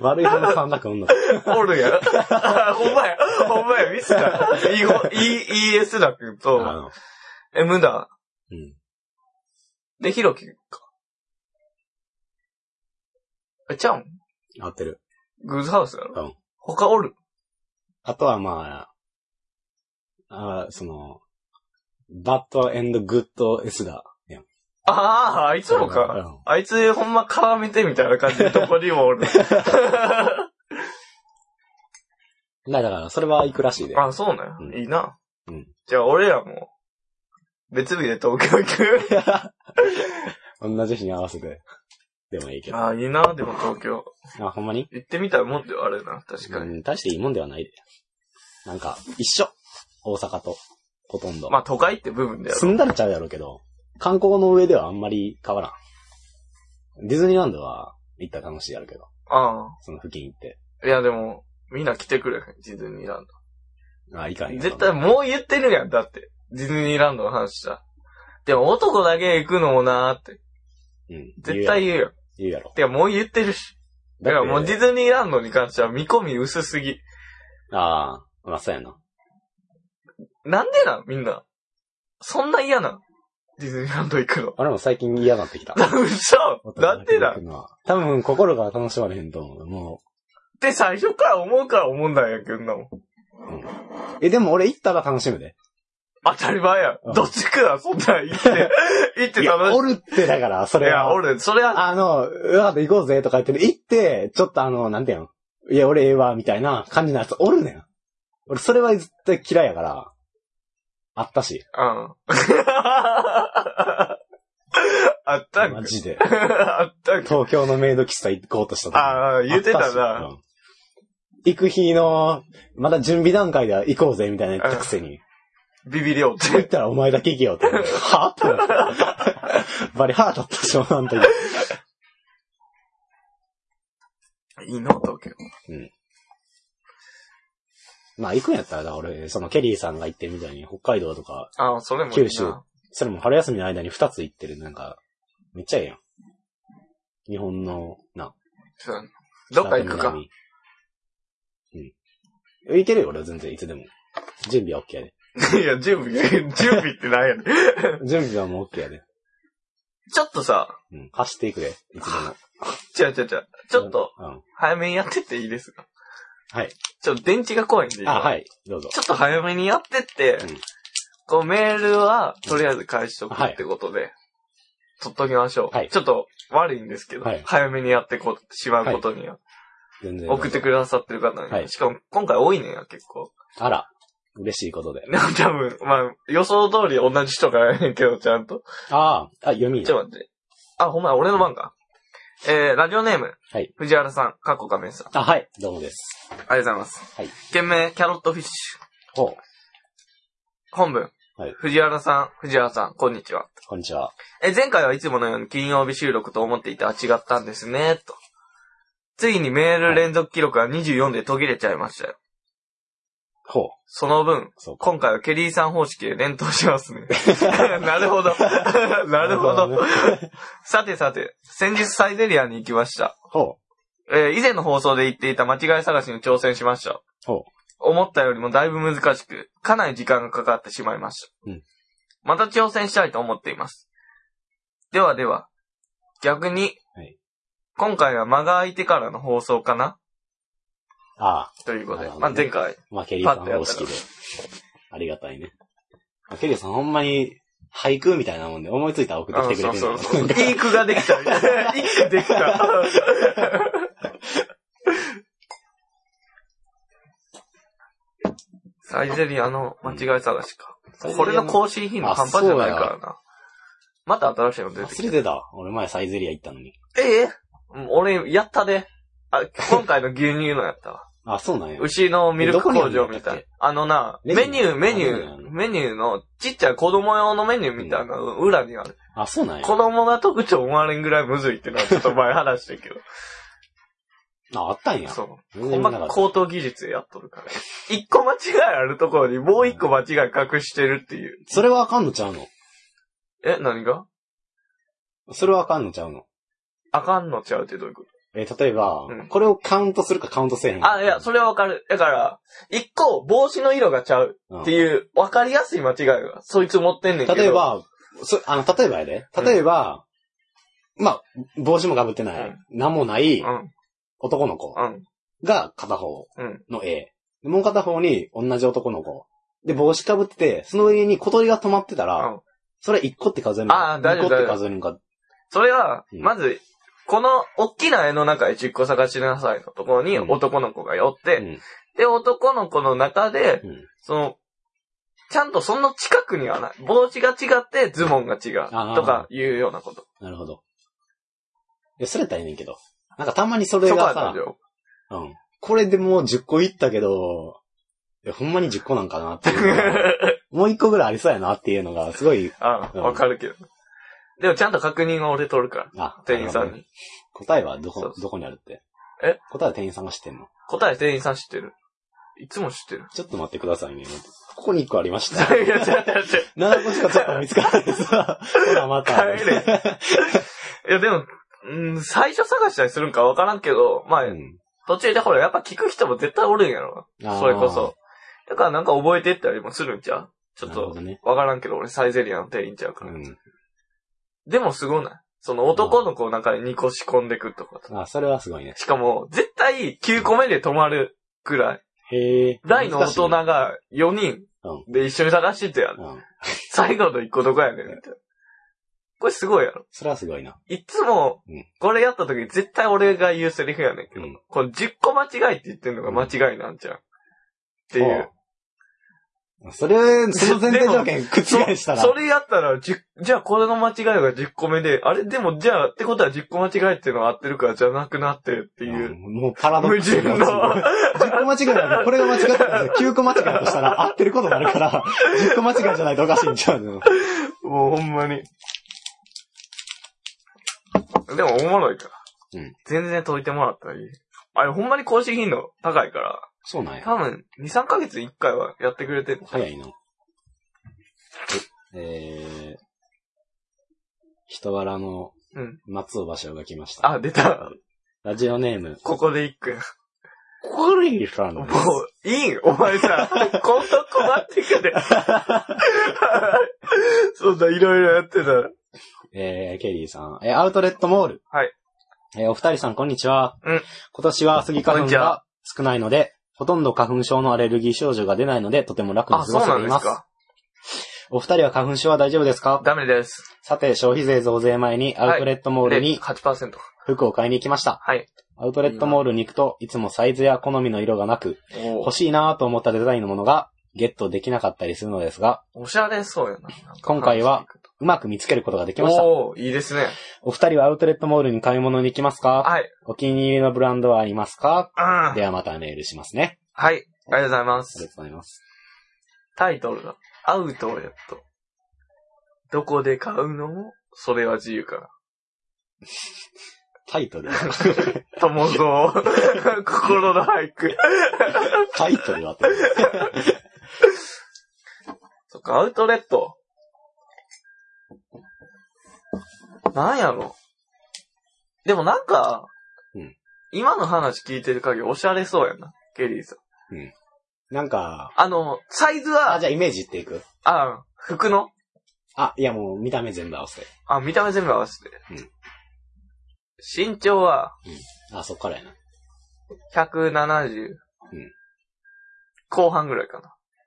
悪い方の三楽おんのか。
おるやろ *laughs* ほんまや。ほんまや、ミスだ。いい方、いい、ES だ君
あ
と、
の、
え、無駄。
うん。
で、ひろきか。え、ちゃうん
合ってる。
グーズハウスやろ
うん
他おる
あとはまあ、あーその、バッドエンドグッドエスだ。いや
ああ、あいつもか。
うん
あいつ、ほんま絡めてみたいな感じで、どこにもお *laughs* る。
だだから、それは行くらしいで。
あ、そうな
うん
んや。いいな。
うん
じゃあ、俺らも、別日で東京行く。
*laughs* 同じ日に合わせて。でもいいけど。
ああ、いいな、でも東京。
あ、ほんまに
行ってみたいもんではあるな、確かに。
うん、大していいもんではないで。なんか、一緒。大阪と。ほとんど。
まあ、都会って部分だよ。
住んだらちゃうやろうけど、観光の上ではあんまり変わらん。ディズニーランドは、行ったら楽しいやるけど、
あ
その付近行って。
あ。いや、でも、みんな来てくれへん、ディズニーラン
あ、行かへん
ド。
よ
絶対もう言ってるやん、だって。ディズニーランドの話したら。でも、男だけ行くのもなーって。
うん。
絶対言うよ。
言うやろ。
てか、もう言ってるし。だからもう
だ
デ
って
ィズニーランドに関しては見込み薄すぎ。
ああ、まあそうやな。
なんでなん、みんな。そんな嫌なん。ディズニーランド行くの。
俺も最近嫌なってきた。
嘘 *laughs* なん
*laughs*
でだ
多分心が楽しまれへんと思う。も
って最初から思うから思うんだんやけどなもん。
う。え、でも俺行ったら楽しむで。
当たり前や
うん
ん。どっちかだ、そんなん行って、
*laughs*
行って
いや
楽し
おるってだから、そ
い
れ
や、
は。
俺、それは、
あの、うわ、行こうぜとか言ってる。行って、ちょっとあの、なんていうの。いや、俺ええわ、みたいな感じのやつおるねん。俺、それは絶対嫌いやから。あったし。
うん。 *laughs* あったん
マ
か。
ジで。
あったんか。
東京のメイド喫茶行こうとした時。
ああ、言って
あ
た
っし
な。。
うん行く日の、まだ準備段階では行こうぜ、みたいな言ったくせに。
ビビりよっ
そう言
て。
ったらお前だけ行けよ
*laughs*
って。はってなった。 *laughs* バリハートだったし、あの時。
いいな、東京。
まあ行くんやったらな、俺、そのケリーさんが行ってるみたいに、北海道とか、
ああ、それもいいな。
九州それも春休みの間に二つ行ってる、なんか、めっちゃええやん。日本の、な、
そうやなどっか行くか。。
うん。いけるよ、俺は全然、いつでも。準備は OK やで。
いや、準備、 *laughs* 準備ってなんやねん。
準備はもう OK やで。
ちょっとさ、
うん。走っていくで、いつでも。
違う違う違う。 *laughs* ちょっと、
うん。
早めにやってっていいですか
はい。
ちょっと電池が怖いんで。今
あ、はい、どうぞ。
ちょっと早めにやってって、
うん
こうメールはとりあえず返しとく
はい
ってことで、取っときましょう。
はい
ちょっと悪いんですけど、
はい
早めにやってこしまうことには、
全然。
送ってくださってる方に、
はい
しかも今回多いねんや、結構。
あら、嬉しいことで。
でも多分、まあ、予想通り同じ人がやねんけど、ちゃんと。
ああ、あ、読み
ちょっと待って。あ、ほんまや、俺の番か。えー、ラジオネーム。
はい
藤原さん、かっこ仮面さん。
あ、はい、どうもです。
ありがとうございます。
はい。
件名、キャロットフィッシュ。
ほう、
本文。
はい
藤原さん、藤原さん、こんにちは。
こんにちは。
え、前回はいつものように金曜日収録と思っていたら違ったんですね、と。ついにメール連続記録が24で途切れちゃいましたよ。
ほう、
その分、
そうか。
今回はケリーさん方式で連投しますね。 *laughs* なるほど。 *laughs* なるほど。
ね
さてさて、先日サイゼリアに行きました。
ほ
えー以前の放送で言っていた間違い探しに挑戦しました。
ほ
思ったよりもだいぶ難しく、かなり時間がかかってしまいました。
うん
また挑戦したいと思っています。ではでは、逆に、
はい
今回は間が空いてからの放送かな
う。あ
ということ
な
で、
るほ
ま
どね
あ、前回、
あ、まあ、ケリーさ
パッ
ん
とやっ
方
たら
式で。ありがたいね。あケリーさんほんまに俳句みたいなもんで思いついたら送ってきてくれてる
そ
ん
う
だ
そうそう。いい句が
*laughs*
できた。いい句できた。サイゼリアの間違い探しか。
*laughs*
これの更新頻度半端じゃないからな。また新しいの出てき
忘
た
れ。てた。俺前サイゼリア行ったのに。
ええ俺、やったで。あ、今回の牛乳のやったわ。 *laughs*
あ、そうなんや。
牛のミルク工場み
どこにある
た
んだっ
い
け。
あのな、メニュー、メニ
レジにあ
ュ
る
ー、
の
メニューのちっちゃい子供用のメニューみたいなの裏にある。
あ、そうなんや。
子供が特徴思われんぐらいむずいってのはちょっと *laughs* 前話したけど。
あ、あったんや。
そう。
全
ほ
然
ん
見なか
ま
った。
高等技術でやっとるから。一個間違いあるところにもう一個間違い隠してるっていう。
それはあかんのちゃうの
え、何が
それはあかんのちゃうの
あかんのちゃうってどういうこと
えー、例えば
うん、
これをカウントするかカウントせえへんか。
あ、いや、それはわかる。だから、一個帽子の色がちゃう。
うん
っていう、わかりやすい間違いが、そいつ持ってんねんけど。
例え、ば、そ、あの、例えばやで。例えば、まあ、帽子も被ってな
う、
い、なんもないう
ん、
男の子
うん、
が片方
うん
の A。でもう片方に同じ男の子。で、帽子被ってて、その上に小鳥が止まってた
う
ら
ん、。
それ1個って数えるの
あー大丈夫
二個っ
大
て
丈夫
数えるのか。
それは、
うん
まず、この、大きな絵の中で10個探しなさいのところに、
うん
男の子が寄っ
う
て、
ん。
で、男の子の中で、
うん
その、ちゃんとその近くにはない。帽子が違って、ズボンが違う。
あー
とか、いうようなこと。
なるほど。いや、それやったらいいねんけど。なんかたまにそれ
そこ
が
は
さ
大丈、夫。
うん。これでもう10個いったけど、いや、ほんまに10個なんかなっていうの
*laughs*
が。もう1個ぐらいありそうやなっていうのが、すごい、
ああ、
うん
わかるけど。でも、ちゃんと確認は俺取るから。
あ、
店員さんに。
答えはど
そう
こ
そ、う
どこにあるって。
え
答えは店員さんが知ってんの。
答え店員さん知ってる。いつも知ってる。 *laughs*
ちょっと待ってくださいね。ここに1個ありました。
いや、違う違う違う。
7個しかちょっと見つからないです。ほ
*laughs*
ら、また。
帰れ。いや、でも、うん、最初探したりするんかわからんけど、まあ、
うん
途中でほら、やっぱ聞く人も絶対おるんやろ。
あー
それこそ。だからなんか覚えてったりもするんちゃうちょっ
なるほ
と
ど、ね。
わからんけど、俺サイゼリアの店員ちゃう
う
から。
ん。
でもすごない。その男の子の中に2個仕込んでくとかと。
あ、それはすごいね。
しかも、絶対9個目で止まるくらい。
へえ。
大の大人
難し
が4人
う
で一緒に探してたやん
い。ねうん。
最後の1個どこやねん、みたいな。これすごいやろ。
それはすごいな。
いつも
うん、
これやった時絶対俺が言うセリフやねんけど、
うん
この10個間違いって言ってんのが間違いなんじゃん。っていう。
ほう。それ、その前提条件覆したら。
それやったら、じゅじゃあこれの間違いが10個目で、あれでもじゃあってことは10個間違いっていうのは合ってるからじゃなくなってっていうう。
んもうパラド
矛
ックス
盾の。
10個間違いだと、これが間違ってたら9個間違いだとしたら合ってることになるから、10個間違いじゃないとおかしいんちゃうの。
もうほんまに。でもおもろいから。
うん
全然解いてもらったらいい。あれほんまに更新頻度高いから、
そうなんや。
多分2、3ヶ月に1回はやってくれてる。
早いな。えー、人柄の
うん。
松尾芭蕉が来ました。
あ、出た。
ラジオネーム。
ここで一句。
コリーさん
も
の。
う、いいお前 *laughs* さ、こんな困ってくれ。 *laughs* そんないろいろやってたら。
えー、ケリーさん。えー、アウトレットモール。
はい。
えー、お二人さん、こんにちは。
うん。
今年はスギ
こ
花
んに
粉
ち
が
は
少ないので、ほとんど花粉症のアレルギー症状が出ないので、とても楽に
あ、
過
そ
ご
う
せ
なん
てい
で
ますす。
か。
お二人は花粉症は大丈夫ですか
ダメです。
さて、消費税増税前にアウトレットモール
で、
に
8%。
服を買いに行きました。
はい。
アウトレットモールに行くといつもサイズや好みの色がなく、
お
欲しいなぁと思ったデザインのものがゲットできなかったりするのですが、
おしゃれそうやな。
今回は、うまく見つけることができました。
おおーいいですね。
お二人はアウトレットモールに買い物に行きますか
はい。
お気に入りのブランドはありますか
うん。はい。
ではまたメールしますね。
ありがとうございま
あり
す。
がとうございます。
タイトルが、アウトレット。どこで買うのも、それは自由かな。
タイ
*laughs*
トル
友蔵、 *laughs* 心の俳句。
タイトルはって
そっか、アウトレット。なんやろ。でもなんか、
うん
今の話聞いてる限りおしゃれそうやな、ケリーさん。
なんか、
あの、サイズ
あ、
は、
じゃあイメージっていく
あ、服の、
あ、いやもう見た目全部合わせて。
あ、見た目全部合わせて。
うん
身長は、
あ、そっからやな。
170。
ん
後半ぐらいか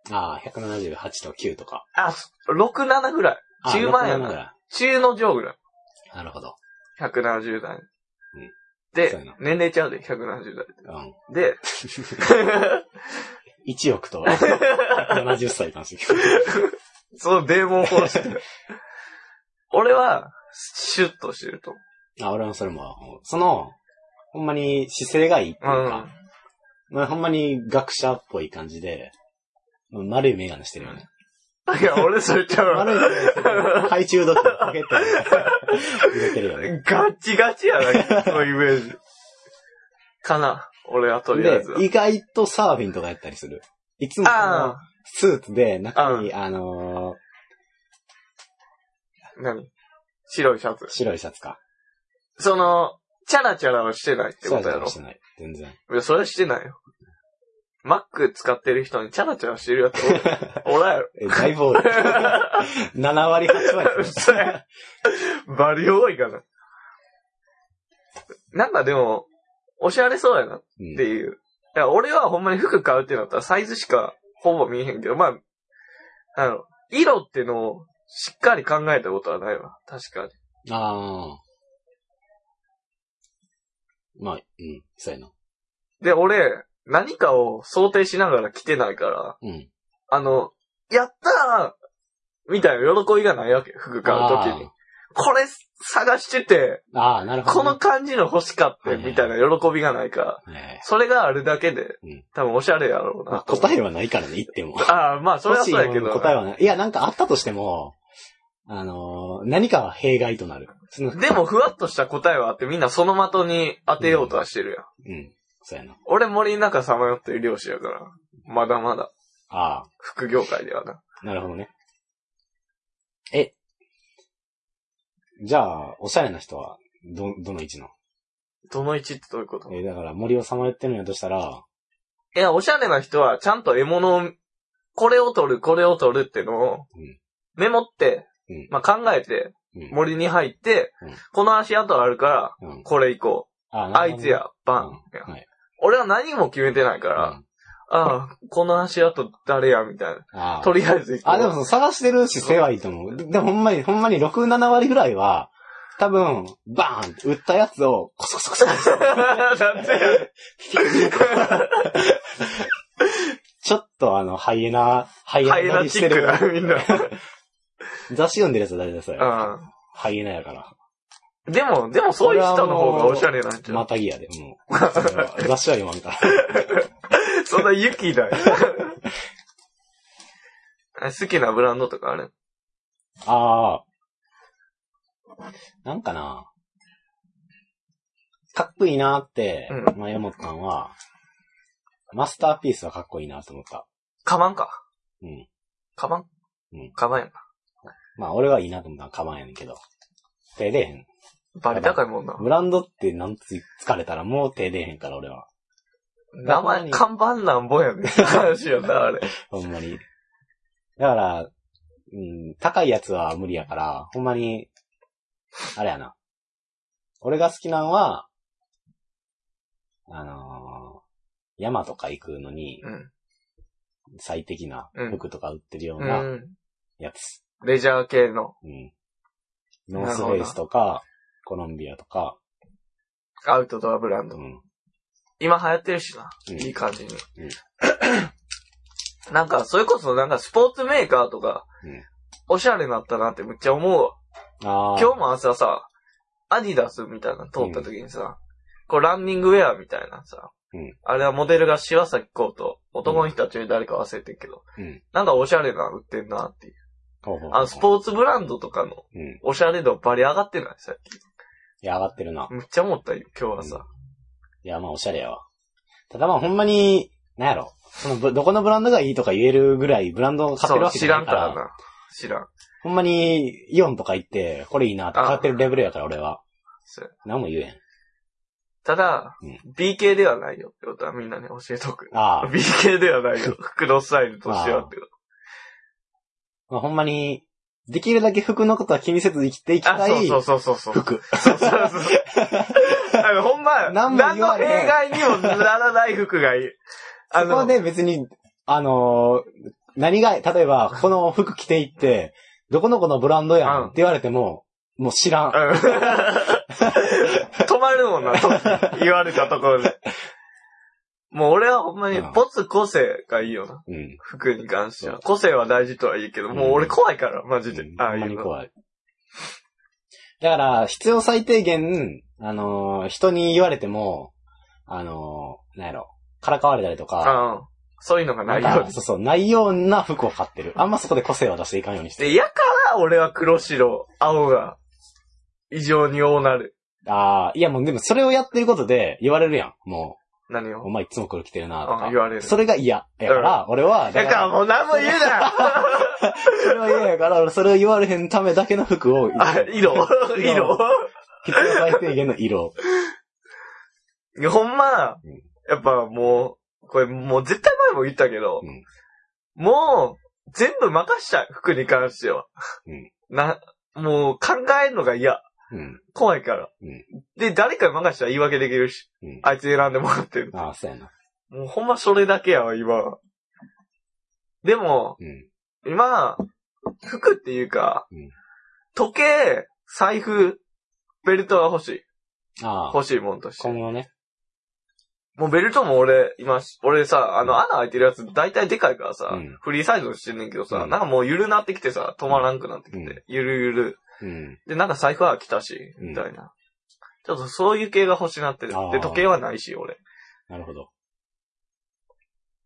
な。
あ、178と9とか。
あ、6、7ぐらい。
あ
中盤や
67
な
ぐら
中の上ぐらい。
いなるほど。
170代。
うんそう
で
やな、
年齢ちゃうで、170代。
うん。 *laughs*
で、
1億
*laughs*
と70歳かもしれない。
そのデーモン方式。俺は、シュッとしてると思
あ、俺もそれも、その、ほんまに姿勢がいいっていう
う。うん。
か、まあ、ほんまに学者っぽい感じで、丸いメガネしてるよね。
いや、俺それちゃうわ。
丸いメガネしてて、懐中時計ポケットに
*laughs*
入れてるよね。
ガチガチやな、そのイメージ。かな、俺はとりあえずは。
で、意外とサーフィンとかやったりする。いつもその
あ
スーツで中に、あの
あ、何白いシャツ
ー。白いシャツか。
その、チャラチャラはしてないって
白
こ
い
と
シ
や
ャ
ろ
ツし。てない。全然。
いや、それはしてないよ。マック使ってる人にチャラチャラしてるやつお、おらん
*laughs*
やろ。
え、大ボ
*laughs*
ール。7割、8割。
嘘や *laughs* バリ多いかな。なんかでも、おしゃれそうやなっ
うん
ていう。だから俺はほんまに服買うってなったらサイズしかほぼ見えへんけど、まあ、あの、色ってのをしっかり考えたことはないわ。確かに。
ああ。まあ、うん、そうやな。
で、俺、何かを想定しながら着てないから、
うん。
あの、やったーみたいな喜びがないわけ。服買うときに。これ探してて、
あーあー、なるほ
*laughs* こ
どね、
の感じの欲しかったみたいな喜びがないから、
え
それがあるだけで
うん、
多分おしゃれやろう
ーま
な
あ。答え
え
はないからね、言っても。
ああ、まあ、 *laughs* それはそうや
欲
け
しいもの
ど
の。答えはない。いや、なんかあったとしても、あのー何かは弊害となる。その、
でも、ふわっとした答えはあって、みんなその的に当てようとはしてるやん。
うん。そうやな。
俺、森の中さまよってる漁師やから、まだまだ、
あ
副業界ではな。
あ、なるほどね。え。じゃあ、おしゃれな人は、ど、どの位置の
どの位置ってどういうこと
えーだから森をさまよってるんやとしたら、
いや、おしゃれな人は、ちゃんと獲物を、これを取る、これを取るってのを
うん、
メモって
うん、
まあ、考えて、
うん。
森に入って
うん、
この足跡あるから、
うん、
これ行こ
あー
う。
な
あ
るほどね
いつや、バン。
うんはい
俺は何も決めてないか
う
ら、
ん
ああ、この足跡誰や、みたいな。
あー
とりあえず行こう
あ、でもその探してる姿勢はいいと思う。ででもほんまに、ほんまに6、7割ぐらいは、多分、バーンって打ったやつを、コソコソコソコソ
*laughs* なんでやね
ちょっとあの、ハイエナ、ハイ
んハイ
エナ
エ
乗
ナ
り
チ
し
ッ
て
ク
る。
だ、
*laughs*
みんな。
雑誌読んでるやつは大体それ。
う
ハイエナやから。
ん。でも、でもそういう人の方がオシャレなんちゃう、
またぎやで、もう。雑誌は読まんから。 *laughs*
そんな雪だよ。好きなブランドとかある
あー。なんかな。かっこいいなーって、前思ったんは、マスターピースはかっこいいなと思った。
カバンか。
うん。
カバン
うん
カバンやな。
まあ、俺はいいなと思ったのはカバンやねんけど。手でへん。
バリ高いもんな。
ブランドってなんつ疲れたらもう手出えへんから、俺は。
名前、看板なんぼ
*laughs*
やねん。話よな、あれ。
ほんまに。だから、うん、高いやつは無理やから、ほんまに、あれやな。俺が好きなんは、あのー山とか行くのに
うん。
最適な服とか売ってるよう
う。
なんやつ。
レジャー系の。
うん。ノースフェイスとか、コロンビアとか、
アウトドアブラン
う
ド。
ん。
今流行ってるしな。
うん
いい感じに
うん。
*clears throat* なんか、それこそなんかスポーツメーカーとか
うん、
おしゃれになったなってめっちゃ思うわ。
ああ。
今日も朝さ、アディダスみたいなの通った時にさ、こうランニングウェアみたいなさ
うん、
あれはモデルが柴崎コート、男の人たちに誰か忘れてるけど
うん、
なんかおしゃれなの売ってんなっていう。
ほうほうほう
あの、スポーツブランドとかの
うん。い
おしゃれ度バリ上がってない最近。
や、上がってるな。
めっちゃ思ったよ、今日はさ。
いや、まあ、おしゃれやわ。ただまあ、ほんまに、なんやろ。そのぶ、どこのブランドがいいとか言えるぐらい、ブランドを買ってる
そう、
わけじ
知
ゃな
ら
んいか、
かららな。知らん。
ほんまに、イオンとか行って、これいいなって買ってるレベルやから、俺は。
そう
何も言えへん。
ただ、
うん
B 系ではないよってことはみんなね、教えとく。
ああ。
B 系ではな
*laughs*
いよ。服のスタイルとしてはってこと。
まあ、ほんまに、できるだけ服のことは気にせず生きていき
あ、
たい
そうそうそうそう。
服。
そうそうそう。あの、ほんま、
何
何
も言わ
の
れへん
弊害にもならない服がいい。あ
そこ
の、
で別に、あのー何が、例えば、この服着ていって、どこの子のブランドやんって言われても、もう知らん。
うん止まるもんな、と言われたところで。もう俺はほんまに
うん、
ボツ個性がいいよな。
うん。
服に関して
そ
は。個性は大事とは言うけど、もう俺怖いから、マジで。あ
あ
あ
ん
い
ま
う
り
の。
怖い。だから、必要最低限、あのー人に言われても、あのーなんやろ、からかわれたりとか、
うん。そういうのが
な
なんいよう
か、
に。
そうそう、ないような服を買ってる。あんまそこで個性を出していかんようにしてる。
で、やから俺は黒白、青が、異常に多なる。
ああ、いやもうでもそれをやってることで言われるやん。も
何
う、
を
お前いつもこれ着てるなと
あ
か。
言われる。
それが嫌。やから、俺は、
だからもう何も言うな
それは嫌やから、俺それを言われへんためだけの服を、 *laughs*
あ色色
必要最低限の色を。
いやほんま
うん、
やっぱもう、これもう絶対前も言ったけど、
うん
もう、全部任したい、服に関しては。
うん
な、もう考えるのが嫌。
うん。
怖いから。
うん
で、誰かに任したら言い訳できるし、
うん。
あいつ選んでもらってる。
ああ、そうやな。
もうほんまそれだけやわ、今は。でも、
うん。
今、服っていうか、
うん
時計、財布、ベルトは欲しい。
ああ、
欲しいもんとして
今。後ね。
もうベルトも俺、今、俺さ、あの、穴開いてるやつ、大体でかいからさ、
うん
フリーサイズにしてんねんけどさ、
うん
なんかもうゆるなってきてさ、止まらんくなってき
う
て、
ん
ゆるゆる。
うん。
で、なんか財布は来たし、
うん
みたいな。ちょっとそういう系が欲しなってる
あー
で、時計はないし、俺。
なるほど。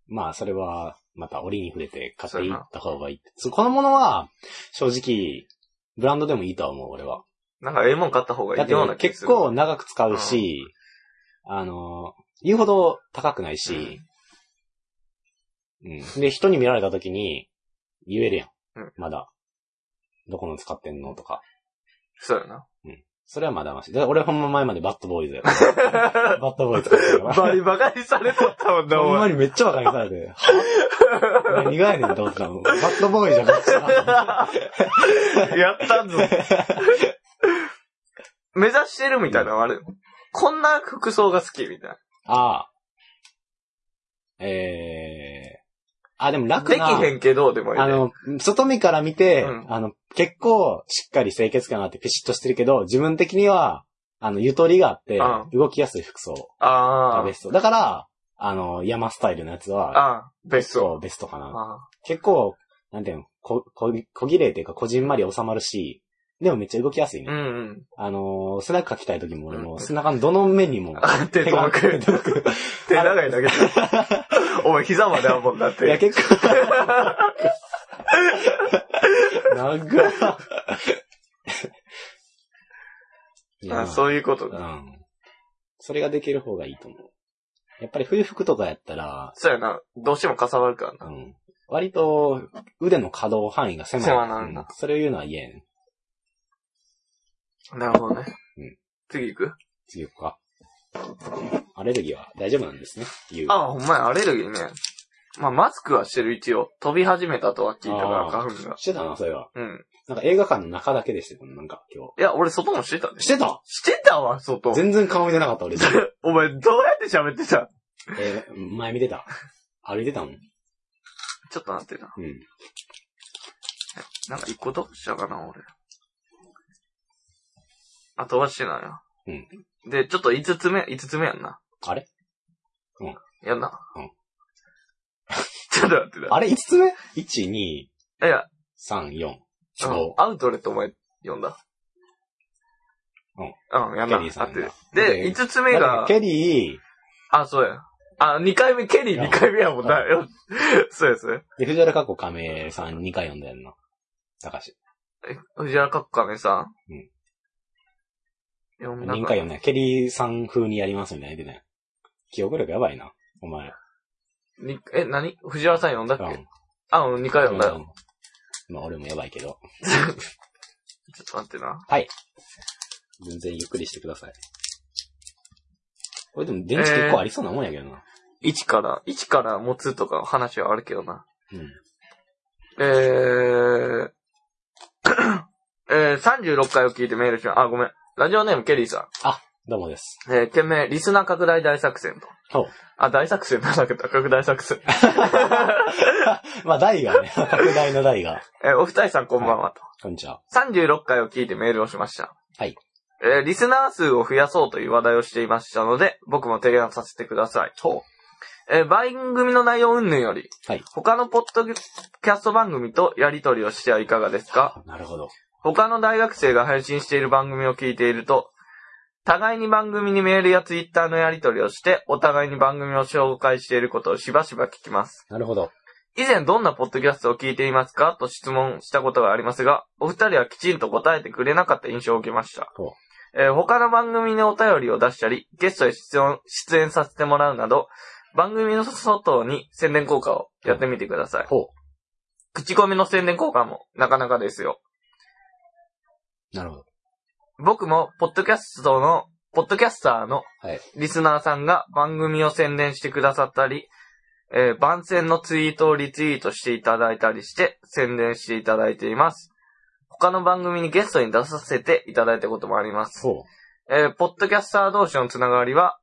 まあ、それは、また折に触れて買っていった方がいいって。そうこのものは、正直、ブランドでもいいとは思う、俺は。
なんかええもん買った方が
だ
い
っ
いような
て
気が
結
する。
構長く使うし、あの、言うほど高くないし、うん。で、人に見られた時に言えるやん。
うん
まだ。どこの使ってんのとか。
そうや
*laughs*
な。
それはまだまし。で俺ほんま前までバッドボーイズや
*laughs*
から。バッドボーイズ使ってるから。
バリバカにされとったもんな、お
ほんま
前。
にめっちゃバカにされ
*laughs*
て。は何がやねんと思ってたの。バッドボーイじゃなくて。
*laughs* やったんぞ。目指してるみたいなのある。こんな服装が好きみたい
ああ。えー。あ、でも
な。
楽
でき
な。
へんけど、でもいいね
あの、外見から見て、
うん
あの、結構しっかり清潔感があってピシッとしてるけど、自分的には、あの、ゆとりがあって
う、
動きやすい服装が
あ
ベスト。だから、あの、山スタイルのやつ
あ。
は、
ああ、別荘。
そう、ベストかな。
あ
結構、なんていうの、こ、こ、小綺麗というか、こじんまり収まるし、でもめっちゃ動きやすい
あ
ね。
うんうん。
あの、背中描きたい時も俺も、
うん
背中のどの面にも、
あ、手
が
届く。
届く。
*laughs* 手長いだけじゃんお前膝まであんもんだっ
*laughs* いや、
て。
結構。長っいや
*laughs* あそういうこと
う
か。
ん。それができる方がいいと思う。やっぱり冬服とかやったら、
そうやな。どうしてもかさばるから
う
な。
ん。割と腕の可動範囲が狭い。
狭なるな
うんそれを言うのは言えん。
なるほどね
うん。
次行く
次行こうか。アレルギーは大丈夫なんですね。言う。
ああ、ほんまや、アレルギーね。まあ、マスクはしてる一応。飛び始めたとは聞いたから、
あー
花粉が。
してたな、それは。
うん。
なんか映画館の中だけでしたよ、なんか今
いや、俺外もしてたね
日。。してた
してたわ、外。 *laughs*
全然顔見てなかった、俺。
お前、どうやって喋ってた
えー前見て *laughs* た。歩いてたもん。
ちょっと待ってな。
うん。
なんか一個どうしたかな、俺。あとはしてないな。で、ちょっと五つ目、五つ目やんな。
あれ
やんな。
うん。
*laughs* ちょっと待ってな。
あれ、5つ目 ?1、2、
いや、
3、4、
うん
5。
アウトレットお前、読んだ。うん。うん、やんな。
ケリーさんが
合ってるで、
で
五つ目が、
ケリー、
あ、そうや。あ、二回目、ケリー二回目やもんな。よ *laughs* そうですね。
で、藤原かっこ亀さん2回読んだやんな。高橋。
え藤原かっかめさん。
うん。
読んだ
2
か
回読んだやんケリーさん風にやりますみたいな言ってたやん記憶力やばいな。お前。
にえ、何藤原さん読んだっ
う
け
ん。
あ、うん、二回読んだよ。
まあ、俺もやばいけど。
ちょっと待ってな。
全然ゆっくりしてください。これでも電池結構ありそうなもんやけどな。
1から、1から持つとか話はあるけどな。
うん。
えー、 *coughs* えー、36回を聞いてメールします。あ、ごめん。ラジオネームケリーさ
どうもです。
ん。えー、件名、リスナー拡大大作戦と。
ほう。
あ、大作戦なんだけど、拡大
*laughs*
作戦。
まあ、台がね、 *laughs* 拡大の台が。
えーお二人さんこんばんはと。
こんにちは。
36回を聞いてメールをしました。
はい。
えーリスナー数を増やそうという話題をしていましたので、僕も提案させてください。
ほ
えー番組の内容云々より、
はい
他のポッドキャスト番組とやりとりをしてはいかがですか
う。なるほど。
他の大学生が配信している番組を聞いていると、互いに番組にメールやツイッターのやり取りをして、お互いに番組を紹介していることをしばしば聞きます。
なるほど。
以前どんなポッドキャストを聞いていますかと質問したことがありますが、お二人はきちんと答えてくれなかった印象を受けました
ほう。
えー他の番組にお便りを出したり、ゲストへ出演出演させてもらうなど、番組の外に宣伝効果をやってみてください。
ほ
口コミの宣伝効果もなかなかですよ。
う。なるほど。
僕も、ポッドキャストの、ポッドキャスターの
はい、
リスナーさんが番組を宣伝してくださったり、えー番宣のツイートをリツイートしていただいたりして、宣伝していただいています。他の番組にゲストに出させていただいたこともあります。
ほ
えーポッドキャスター同士のつながりは、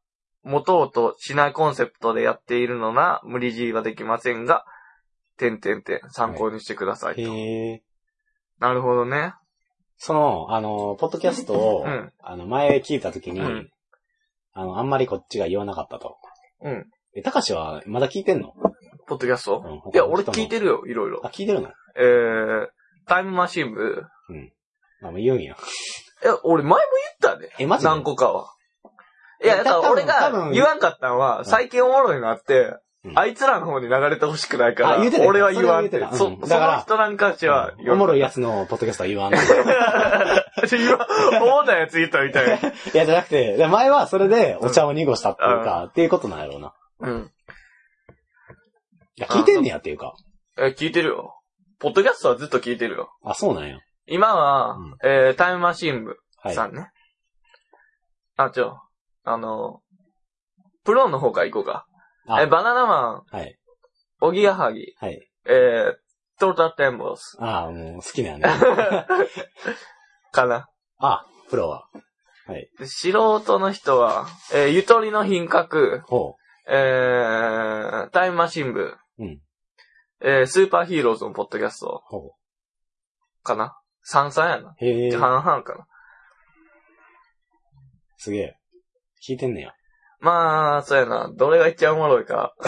持とうとしないコンセプトでやっているのなら、無理強いはできませんが、点々点参考にしてくださいと。
う。へえ。
なるほどね。
その、あの、ポッドキャストを、
うん
あの、前聞いたときに、
うん
あの、あんまりこっちが言わなかったと。
うん。
え、たかしは、まだ聞いてんの
ポッドキャスト、
うん
いや、俺聞い
る。
てるよ、いろいろ
あ、。聞いてるの
えー、タイムマシン部。
あ、もう言うんや。
え、俺前も言ったね。
えマジで
何個かは。い
い
や、
や
だから俺
多分多
が
分
言わんかったのは、
ん
最近おもろいのあって、
うん
あいつらの方に流れてほしくないから、
あ言うてたよ
俺は言わんって
それ。は言うてた
そ、
う
そ
ん
の
だから
人なんかしは
うんおもろいや
つ。
つのポッドキャストは言わんの。い
*laughs* 今、おもろいやつ言ったみたいな。
や、じゃなくて、で前はそれでお茶を濁したっていうか、っていうことなんやろうな。
うん。
いや、聞いてんねやっていうか。
え、聞いてるよ。ポッドキャストはずっと聞いてるよ。
あ、そうなんや。
今は、
うん
えータイムマシン部
はい。
さんね。あ、ちょ、あの、プロの方から行こうか。
あ
え、バナナマン、
はい。
おぎやはぎ、
はい。
えー、トータルテンボス、
ああ、もう好きなんやね。
*laughs* かな。
あ、プロは。
で素人の人は、えー、ゆとりの品格、
ほ
えー、タイムマシン部、
うん
えー、スーパーヒーローズのポッドキャスト
う。、ほ
かな。三三やな。
う。へえ。
半々かな。
すげえ。聞いてんねや。
まあ、そうやな。どれが一番おもろい
*laughs*
か。 *laughs*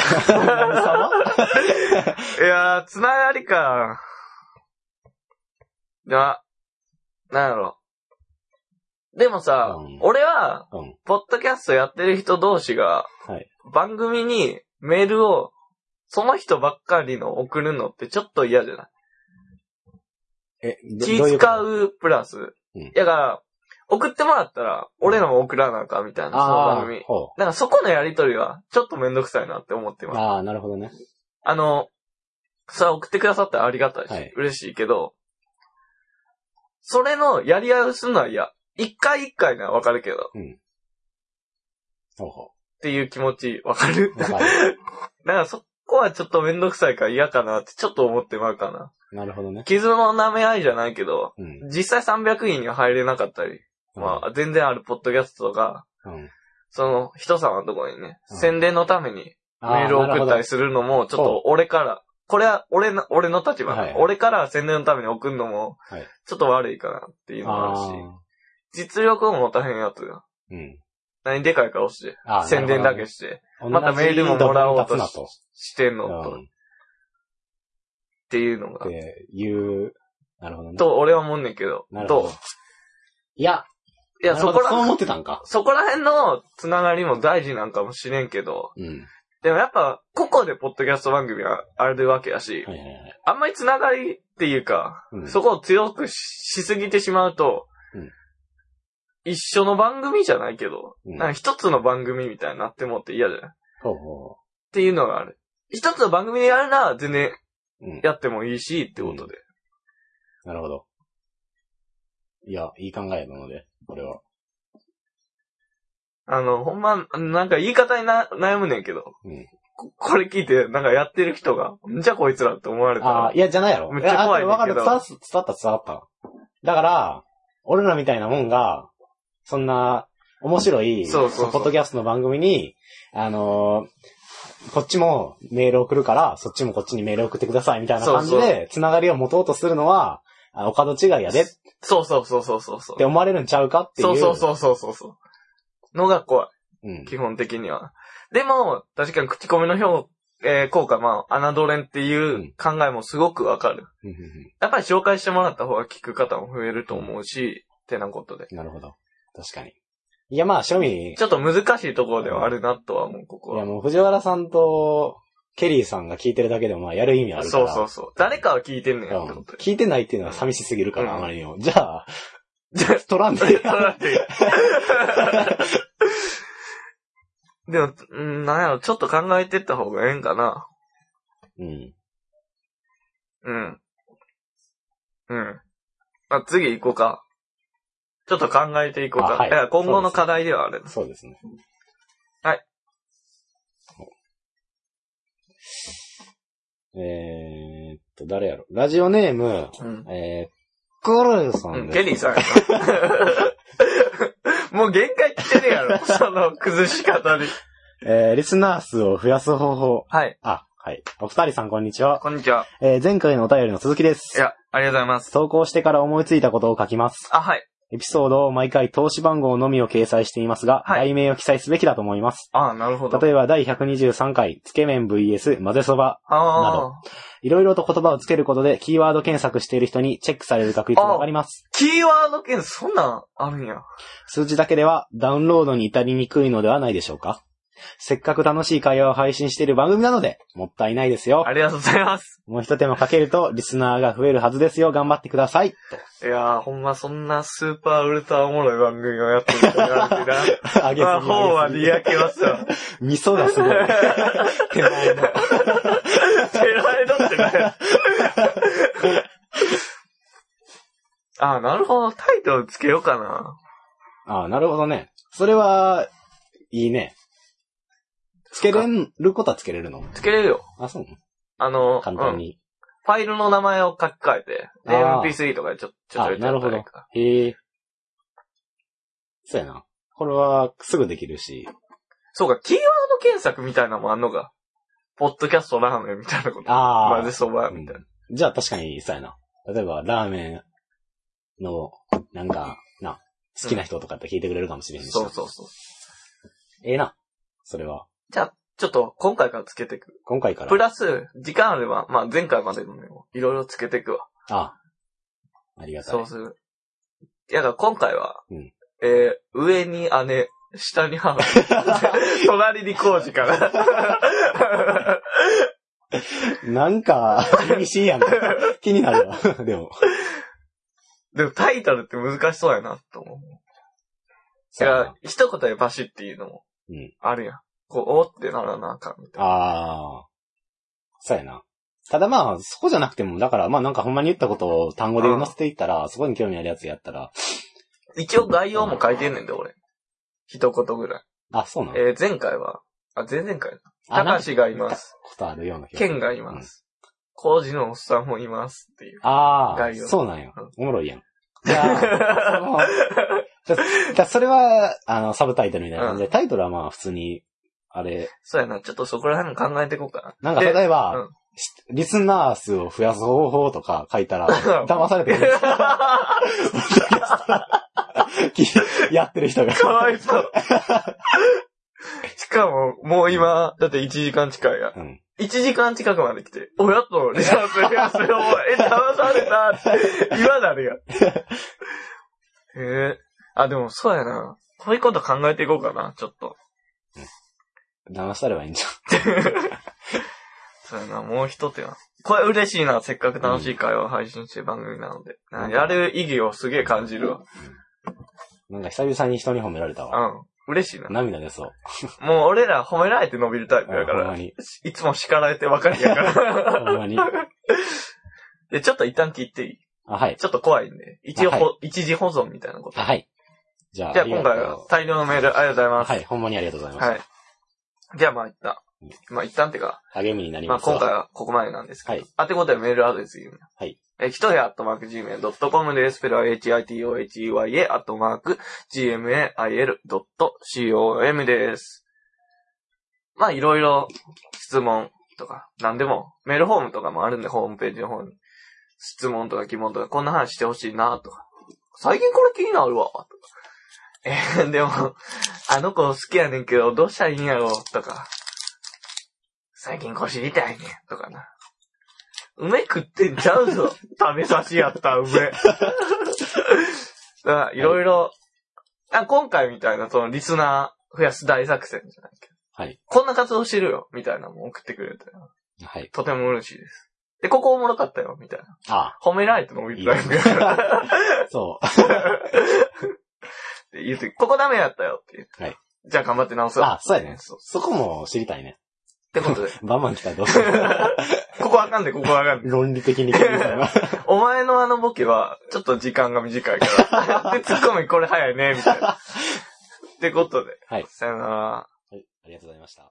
いやー、つながりか。いや、なんやろ。でもさ、
うん
俺は、
うん。
ポッドキャストやってる人同士が、
はい。
番組にメールを、その人ばっかりの送るのってちょっと嫌じゃない
え、どどうい
気
うこと
使うプラス。
うん
だから、送ってもらったら、俺らも送らなあかんみたいな、その番
あ
組
あ、。ほ
なんかそこのやりとりは、ちょっとめんどくさいなって思って
う。
ます。
ああ、なるほどね。
あの、さあ送ってくださったらありがたいし、
はい
嬉しいけど、それのやり合いをするのは嫌。一回一回ならわかるけど、っ
ほうほ
ていう気持ちわかる
う。わか
*laughs*
る。
だからそこはちょっとめんどくさいから嫌かなってちょっと思ってまうかな。
なるほどね。
傷の舐め合いじゃないけど、
うん。
実際300位には入れなかったり、まあ全然あるポッドキャストとか、
あ、うん。
その人様のところにね、
うん
宣伝のために
あ
メールを送ったり
す
するのも、ちょっと俺から、これは俺の、俺の立場、
はい
俺から宣伝のために送るのも
はい、
ちょっと悪いかなっていうのもあるし、実力を持たへんやつが、
うん。
何でかい顔して、
あー
宣伝だけ、して、またメールももらおうとししてんのと、
う
っ
ん。
ていうのが
っ、ていう、なるほどね。
と俺は思うんねんけど、
なるほ
どう
ど。いや、
いや、
なるほ
そこ
ど
ら
そう思っ
辺、
てたんか。
そこら辺のつながりも大事なんかもしれんけど、
うん。
でもやっぱ、個々でポッドキャスト番組はあれでわけやし、
はいはいはい。
あんまりつながりっていうか、
うん
そこを強くししすぎてしまうと、
うん
一緒の番組じゃないけど、
うん
なんか一つの番組みたいになってもって嫌じゃないっ
ほうほ
ていうのがある。一つの番組でやるなら全然
う。うん。
やってもいいしってことで。
なるほど。いや、いい考えなので、これは。
あの、ほんま、なんか言い方にな悩むねんけど、
うん
ここれ聞いてなんかやってる人が、んじゃこいつらって思われた
ああ
ら
ー、、いや、じゃないやろ。
めっちゃ怖
や
いねん
あわか
け
る。
ど
伝わす伝わった、伝わった。だから、俺らみたいなもんが、そんな、面白い、
そうそうそう
ポッドキャストの番組に、あのーこっちもメール送るから、そっちもこっちにメール送ってくださいみたいな感じ
そうそ
で、つながりを持とうとするのは、あお門違いやでっ
そうそうそうそうそうそう
て。思われるんちゃうかっていう。
そうそうそうそうそうそう。のが怖い。
うん。
基本的には。でも、確かに口コミの評、えー効果、まあ、侮れんっていう考えもすごくわかる。
うんうんう
やっぱり紹介してもらった方が聞く方も増えると思うし、ってなことで。
んなるほど。確かに。いや、まあ、白身
ちょっと難しいところではあるなとは思う、ここ
いや
は。
もう藤原さんとケリーさんが聞いてるだけでもまあやる意味あるか
そう
ら。
そうそう。誰かは聞いてんねやって
うん
ことで。 *laughs*
聞いてないっていうのは寂しすぎるから、
うん
あまりにも。じゃあ、
じゃあ
取らん
*laughs*
で。
でも、うんなんやろ、ちょっと考えてった方がええんかな。
うん。
うん。うん。あ、次行こうか。ちょっと考えていこうか。
あはい
いや今後
そうで
の
す
課題ではある。
そうですね。
はい。
えーっと、誰やろラジオネーム、
うん。
えー、クルーさ
うんん、
です。
ケリーさんやな *laughs* もう限界来てる
*laughs*
やろ。その崩し方に。
えー、リスナー数を増やす方法。
はい。
あ、はい。お二人さんこんにちは。
こんにちは。
えー、前回のお便りの続きで
い
す。
や、ありがとうございます。
投稿してから思いついたことを書きます。
あ、はい。
エピソードを毎回投資番号のみを掲載していますが、
はい
題名を記載すべきだと思います。
あ、なるほど。
例えば第123回、つけ麺 VS 混ぜそば、な
あ
ど
あ。
いろいろと言葉をつけることでキーワード検索している人にチェックされる確率が上がります。
キーワード検索、そんなんあるんや。
数字だけではダウンロードに至りにくいのではないでしょうかせっかく楽しい会話を配信している番組なので、もったいないですよ
あ。りがとうございます。
もう一手間かけると、リスナーが増えるはずですよ。頑張ってください。
いやー、ほんまそんなスーパーウルトラおもろい番組をやってるって感じ
*laughs*
だ。
あげすぎ
ま *laughs* あ、本は
あ
見
げ
分けますわ。
すぎ。味噌がす
*laughs*
ごい。手前の。
手前だってね。 *laughs* あなるほど。タイトルつけようかな。
ああ、なるほどね。それは、いいね。つけれることはつけれるの
つけれるよ。
あ、そうな
あの
の、簡単
うん
に。
ファイルの名前を書き換えて、で
あー
MP3 とかでちょ、ちょちょいとやったらいいか
へえ。そうやな。これは、すぐできるし。
そうか、キーワード検索みたいなのもあんのか。ポッドキャストラーメンみたいなこと。
あ
まぜそばみたいな。
あ。じゃあ確かに、そうやな。例えば、ラーメンの、なんか、な、好きな人とかって聞いてくれるかもしれんし。
そうそうそう。
ええな。それは。
ちょっと、今回からつけていく。
今回から。
プ
あ
ラス、時間あれば、まあ前回までのね、いろいろつけていくわ。
あ。ありがたい。
そうする。いや、だから今回は、
うん
えー上に姉、下
*laughs*
に母、隣に工事
*laughs*
から。
なん
*laughs*
か、厳しいやん。気になるわ。 *laughs* でも。
でもタイトルって難しそうやな、と思う。い
そうや
や
な、
一言でバシっていうのも
うん、
あるやん。こう、おーってならなあかんみたい
ああ。そうやな。ただまあ、そこじゃなくても、だからまあなんかほんまに言ったことを単語で載せていったら、そこに興味あるやつやったら、
な。一応概要も書いてんねんで、俺。一言ぐらい。
あ、そうなの
えー、前回は、あ、前々回。
あ
た
なん
か
か
しがいます。
ことあるような気がする
ケンがいます。コウジのおっさんもいます。っていう。
ああ
概、要
そうなんや
うん。
おもろいや
*laughs*
ん。じゃあ、そのじゃじゃあそれは、あの、サブタイトルみたいな感じで、タイトルはまあ普通に、あれ、
そうやな、ちょっとそこら辺も考えていこうか
なんか
で
例え
うん
ば、しリスナー数を増やす方法とか書いた
*laughs*
ら、騙されてる。
な。
きやってる人が。
*laughs* かわいそう。しかも、もう今、だって1時間近いや。
うん。
1時間近くまで来て、おやっと、リサーチ増やすよ、お前え、騙されたって、今なるやん。へえ。あ、でもそうやな。こういうこと考えていこうかな、ちょっと。
騙したればいいんじ
そうやな、もう一手な。これ嬉しいな、せっかく楽しい会話を配信してる番組なので。なやる意義をすげえ感じるわ。
ゃん。なんか久々に人に褒められた
う
わ。
ん。嬉しいな。
涙出そう。
もう俺ら褒められて伸びるタイプ
う
や
ん
か
ほんま
ら、
に。
いつも叱られてばかりやか
ほ
ら。
んまに。
で、ちょっと一旦切っていい
あ、はい。
ちょっと怖いんで。一応ほ、
あは
一時保存みたいなこと。
あ、はい。じゃあ、
じゃあ
ありが
今
とう
回は大量のメールありがとうございます。
はい、ほんまにありがとうございま
はい。じゃあまあ一旦。まあ一旦ってか、
す。励みになり
まあ
ます
今
わ。
回はここまでなんですけど。
はい
あてことでメールアドレス言うね
はい。
えー、ひとへアットマーク gmail.com です。スペルは hitohey アットマーク gmail.com です。まあいろいろ質問とか、なんでも、メールフォームとかもあるんで、ホームページの方に。質問とか疑問とか、こんな話してほしいなとか。最近これ気になるわ。と *laughs* かえーでも、あの子好きやねんけど、どうしたらいいんやろとか。最近こう知りたいねん。とかな。梅食ってんちゃう
*laughs*
ぞ。食べさしやった、梅。だから、いろいろ、あ、今回みたいな、その、リスナー増やす大作戦じゃないけど。
はい。
こんな活動してるよ、みたいなのも送ってくれたら、
はい。
とても嬉しいです。で、ここおもろかったよ、みたいな。
あ、
褒められてもびっくりだから。
そ
って言って、ここダメやったよって言って。
はい
じゃあ頑張って直
う。
そう。
あ、そうやね。
そう。
そこも知りたいね。
ってこと
*laughs*
で。
バンバン来たらどうす *laughs* る
ここあかんで、ここあかんで。
論理的に考えたら。
*laughs* お前のあのボケは、ちょっと時間が短いから。で、ツッコミ
*laughs*
これ早いね、みたいな。ってことで。
はい
さよなら。
はいありがとうございました。